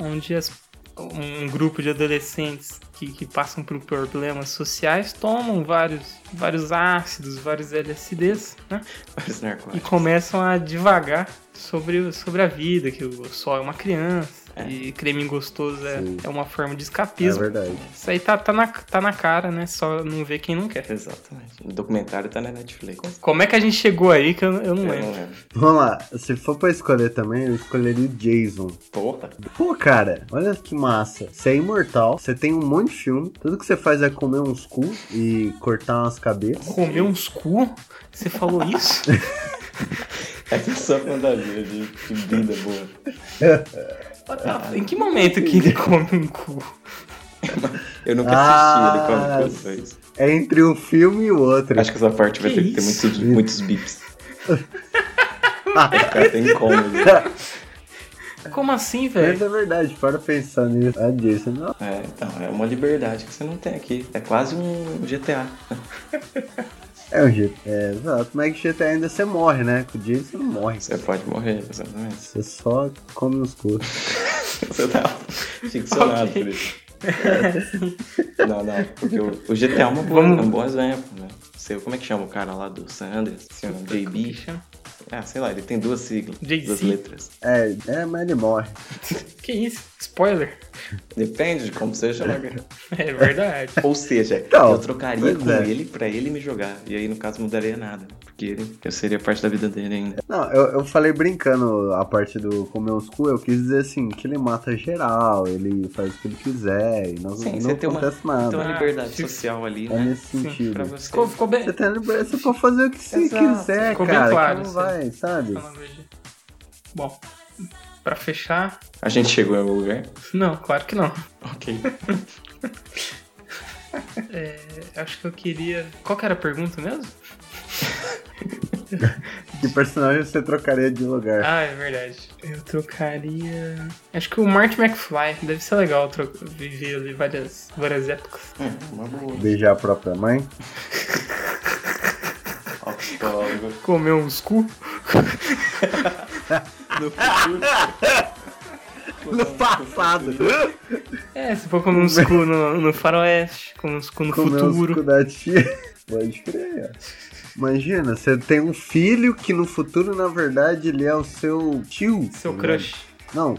Speaker 2: onde as- um grupo de adolescentes que, que passam por problemas sociais tomam vários, vários ácidos, vários LSDs, né?
Speaker 3: Vários
Speaker 2: E
Speaker 3: narcóticos.
Speaker 2: começam a divagar sobre, o- sobre a vida, que o sol é uma criança, e creme gostoso é,
Speaker 4: Sim.
Speaker 2: é uma forma de
Speaker 4: É
Speaker 2: escapismo.
Speaker 4: verdade.
Speaker 2: Isso aí tá, tá, na, tá na cara, né? Só não vê quem não quer.
Speaker 3: Exatamente. O documentário tá na Netflix.
Speaker 2: Como é que a gente chegou aí que eu, eu não
Speaker 3: Eu não
Speaker 2: lembro.
Speaker 3: lembro.
Speaker 4: Vamos lá, se for pra escolher também, eu escolheria o Jason.
Speaker 3: Porra. (laughs)
Speaker 4: Pô, cara, olha que massa. Você é imortal, você tem um monte de filme. Tudo que você faz é comer uns cu e cortar umas cabeças.
Speaker 2: Comer uns cu? Você falou isso?
Speaker 3: Essa é a sua fantasia de, de vida boa.
Speaker 2: Em que momento que ele come um cu?
Speaker 3: Eu nunca
Speaker 4: Ah,
Speaker 3: assisti ele como dois.
Speaker 4: É entre um filme e o outro. (laughs)
Speaker 3: Acho que essa parte vai
Speaker 2: Que
Speaker 3: ter que ter
Speaker 2: isso?
Speaker 3: muitos, muitos
Speaker 2: (laughs)
Speaker 3: bips. Vai ficar até incômodo.
Speaker 2: Como assim,
Speaker 4: Mas
Speaker 2: velho?
Speaker 4: é verdade, para pensar nisso. A Jason, não.
Speaker 3: É, então, é uma liberdade que você não tem aqui. É quase um GTA.
Speaker 4: É o jeito. É, exato. Mas que GTA ainda você morre, né? Com o Jason você não morre.
Speaker 3: Você pode morrer, exatamente.
Speaker 4: Você só come os cursos.
Speaker 3: Você tá ficcionado por isso. (laughs) Não, não, porque o, o GTA é uma boa,
Speaker 2: Vamos-
Speaker 3: é um bom exemplo, né? Sei como é que chama o cara lá do Sanders, assim, o nome, JB. Ah, sei lá, ele tem duas siglas,
Speaker 2: JC.
Speaker 3: duas letras.
Speaker 4: É, é, mas ele morre.
Speaker 2: (laughs) Que isso? Spoiler.
Speaker 3: Depende de como você joga.
Speaker 2: É verdade. (laughs)
Speaker 3: Ou seja,
Speaker 4: Então,
Speaker 3: eu trocaria
Speaker 4: pois
Speaker 3: com
Speaker 4: é.
Speaker 3: ele pra ele me jogar. E aí, no caso, mudaria nada. Porque ele- eu seria parte da vida dele ainda.
Speaker 4: Não, eu, eu falei brincando a parte do comer os cu, eu quis dizer assim, que ele mata geral, ele faz o que ele quiser, e não,
Speaker 3: Sim,
Speaker 4: não
Speaker 3: você tem uma-
Speaker 4: acontece
Speaker 3: Então,
Speaker 4: nada.
Speaker 3: a
Speaker 2: Ah,
Speaker 3: liberdade
Speaker 2: se-
Speaker 3: social ali,
Speaker 4: é
Speaker 3: né?
Speaker 4: nesse
Speaker 3: Pra
Speaker 4: sentido.
Speaker 3: você.
Speaker 2: Ficou, ficou bem.
Speaker 4: Você tem a liberdade, você pode fazer o que você
Speaker 3: Exato,
Speaker 4: quiser,
Speaker 2: ficou bem
Speaker 4: cara.
Speaker 2: claro
Speaker 4: que não
Speaker 2: isso aí.
Speaker 4: vai, sabe?
Speaker 2: Bom, pra fechar.
Speaker 3: A gente chegou em algum lugar? (laughs)
Speaker 2: Não, claro que não.
Speaker 3: Ok.
Speaker 2: Eu acho que eu queria. Qual que era a pergunta mesmo?
Speaker 4: Que personagem você trocaria de lugar?
Speaker 2: Ah, é verdade. Eu trocaria. Acho que o Marty McFly. Deve ser legal tro... viver ali várias, várias épocas.
Speaker 3: É, uma boa.
Speaker 4: Beijar a própria mãe?
Speaker 3: Ó, psicólogo.
Speaker 2: Comer um uns cu.
Speaker 3: No futuro.
Speaker 4: No passado!
Speaker 2: É, se for comer uns cu no, no faroeste, comer um uns cu no
Speaker 4: (laughs) Comer os cu
Speaker 2: futuro.
Speaker 4: da tia. Pode crer. Imagina, você tem um filho que no futuro, na verdade, ele é o seu tio.
Speaker 2: Seu
Speaker 4: né?
Speaker 2: crush.
Speaker 4: Não.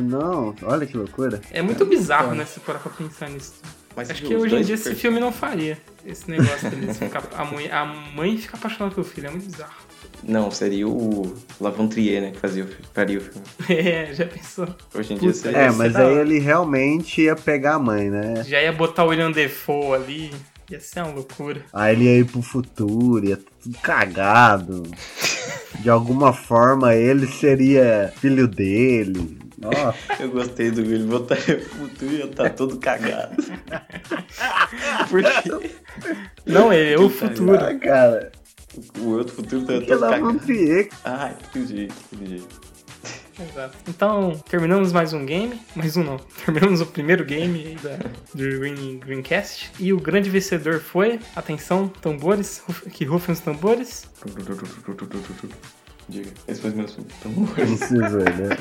Speaker 4: Não, olha que loucura.
Speaker 2: É muito bizarro, né, se for pra pensar nisso.
Speaker 3: Mas
Speaker 2: Acho
Speaker 3: viu,
Speaker 2: que
Speaker 3: os
Speaker 2: hoje em
Speaker 3: dois
Speaker 2: dia esse
Speaker 3: perfis.
Speaker 2: filme não faria. Esse negócio deles ficar. A mãe, a mãe fica apaixonada pelo filho, é muito bizarro. (laughs)
Speaker 3: Não, seria o Lavontrier, né? Que fazia o filme, faria o filme.
Speaker 2: É, já pensou?
Speaker 3: Hoje em dia
Speaker 2: Puta,
Speaker 3: seria. assim.
Speaker 4: É,
Speaker 2: ser
Speaker 4: mas
Speaker 2: da
Speaker 4: aí
Speaker 2: hora.
Speaker 4: ele realmente ia pegar a mãe, né?
Speaker 2: Já ia botar o William Defoe ali. Ia ser uma loucura.
Speaker 4: Aí ele ia ir pro futuro, ia tá tudo cagado. De alguma forma ele seria filho dele. Nossa,
Speaker 3: Eu gostei do Guilherme botar o futuro e eu tá todo
Speaker 2: (laughs)
Speaker 3: cagado. Por quê?
Speaker 2: Não, ele é o
Speaker 3: Puta
Speaker 2: futuro.
Speaker 4: ah, cara.
Speaker 3: O outro futuro tá
Speaker 4: Que
Speaker 3: todo
Speaker 4: lá
Speaker 3: cagado.
Speaker 4: Montrier,
Speaker 3: Ai, que jeito, que jeito.
Speaker 2: Exato. Então, terminamos mais um game. Mais um não. (laughs) Terminamos o primeiro game aí da, do Green, Greencast. E o grande vencedor foi. Atenção, tambores. ruf- Que rufem os tambores.
Speaker 3: Diga, esse foi o meu assunto. Tá bom?
Speaker 4: precisa, né?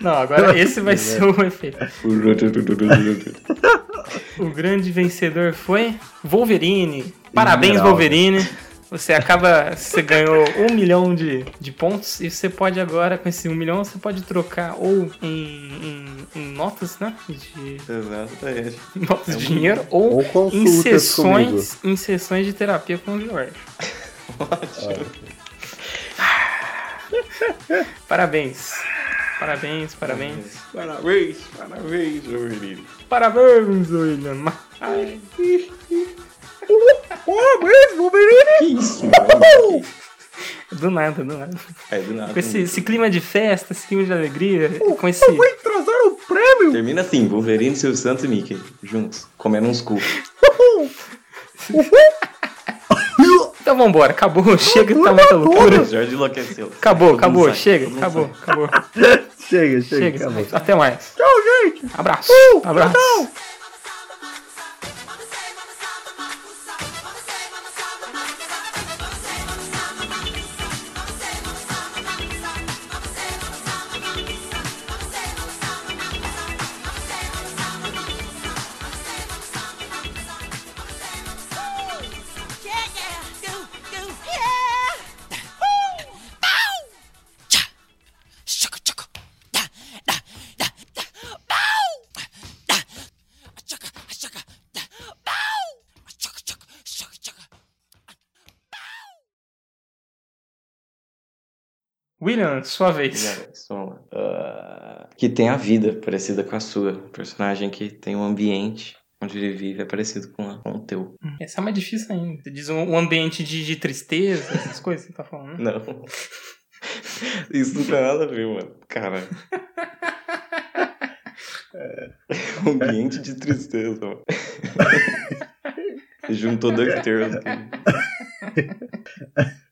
Speaker 2: Não, agora esse vai ser o efeito. O grande vencedor foi Wolverine. Parabéns,
Speaker 4: Mineral.
Speaker 2: Wolverine. Você acaba. Você ganhou um milhão de, de pontos. E você pode agora, com esse um milhão, você pode trocar ou em, em- em notas, né? De, é
Speaker 3: Exatamente.
Speaker 2: notas de dinheiro, ou,
Speaker 4: É um Ou
Speaker 2: em
Speaker 4: consultas
Speaker 2: sessões. Em sessões de terapia com o Jorge. (laughs) Parabéns. Parabéns, parabéns.
Speaker 3: Parabéns, parabéns, meu menino.
Speaker 2: Parabéns, William.
Speaker 4: Parabéns, Wolverine!
Speaker 3: Que isso, mano?
Speaker 2: Do nada, do nada.
Speaker 3: É, do nada.
Speaker 2: Com esse, esse clima de festa, esse clima de alegria, com esse.
Speaker 4: trazer o prêmio!
Speaker 3: Termina assim, Wolverine, Silvio Santos e Mickey, juntos, comendo uns cu.
Speaker 2: Então vambora, acabou, chega, tá muita (laughs)
Speaker 3: O
Speaker 2: loucura.
Speaker 3: Jorge enlouqueceu.
Speaker 2: Acabou, acabou,
Speaker 3: sai,
Speaker 2: chega,
Speaker 3: todo mundo
Speaker 2: acabou, acabou.
Speaker 4: (laughs) Chega, chega,
Speaker 2: Chega,
Speaker 4: acabou.
Speaker 2: até mais.
Speaker 4: Tchau, Uh, gente!
Speaker 2: Abraço, abraço.
Speaker 7: Yeah, yeah, go, go, yeah! Woo! Bow! Cha! Shaka, chaka! Da, da, da, da! Bow! Da! Chaka, chaka, da! Bow! Chaka, chaka, chaka, chaka!
Speaker 2: William, sua vez.
Speaker 3: Mulheres, vamos lá. Ah, que tem a vida parecida com a sua. Um Personagem que tem um ambiente onde ele vive é parecido com, a- com o (laughs) teu.
Speaker 2: Essa é mais difícil ainda. Você diz um, um ambiente de, de tristeza, essas coisas que você tá falando. né?
Speaker 3: (laughs) Não. Isso não tem nada a ver, mano. Cara. Um ambiente de tristeza. (laughs) mano. Juntou DuckTales. tudo.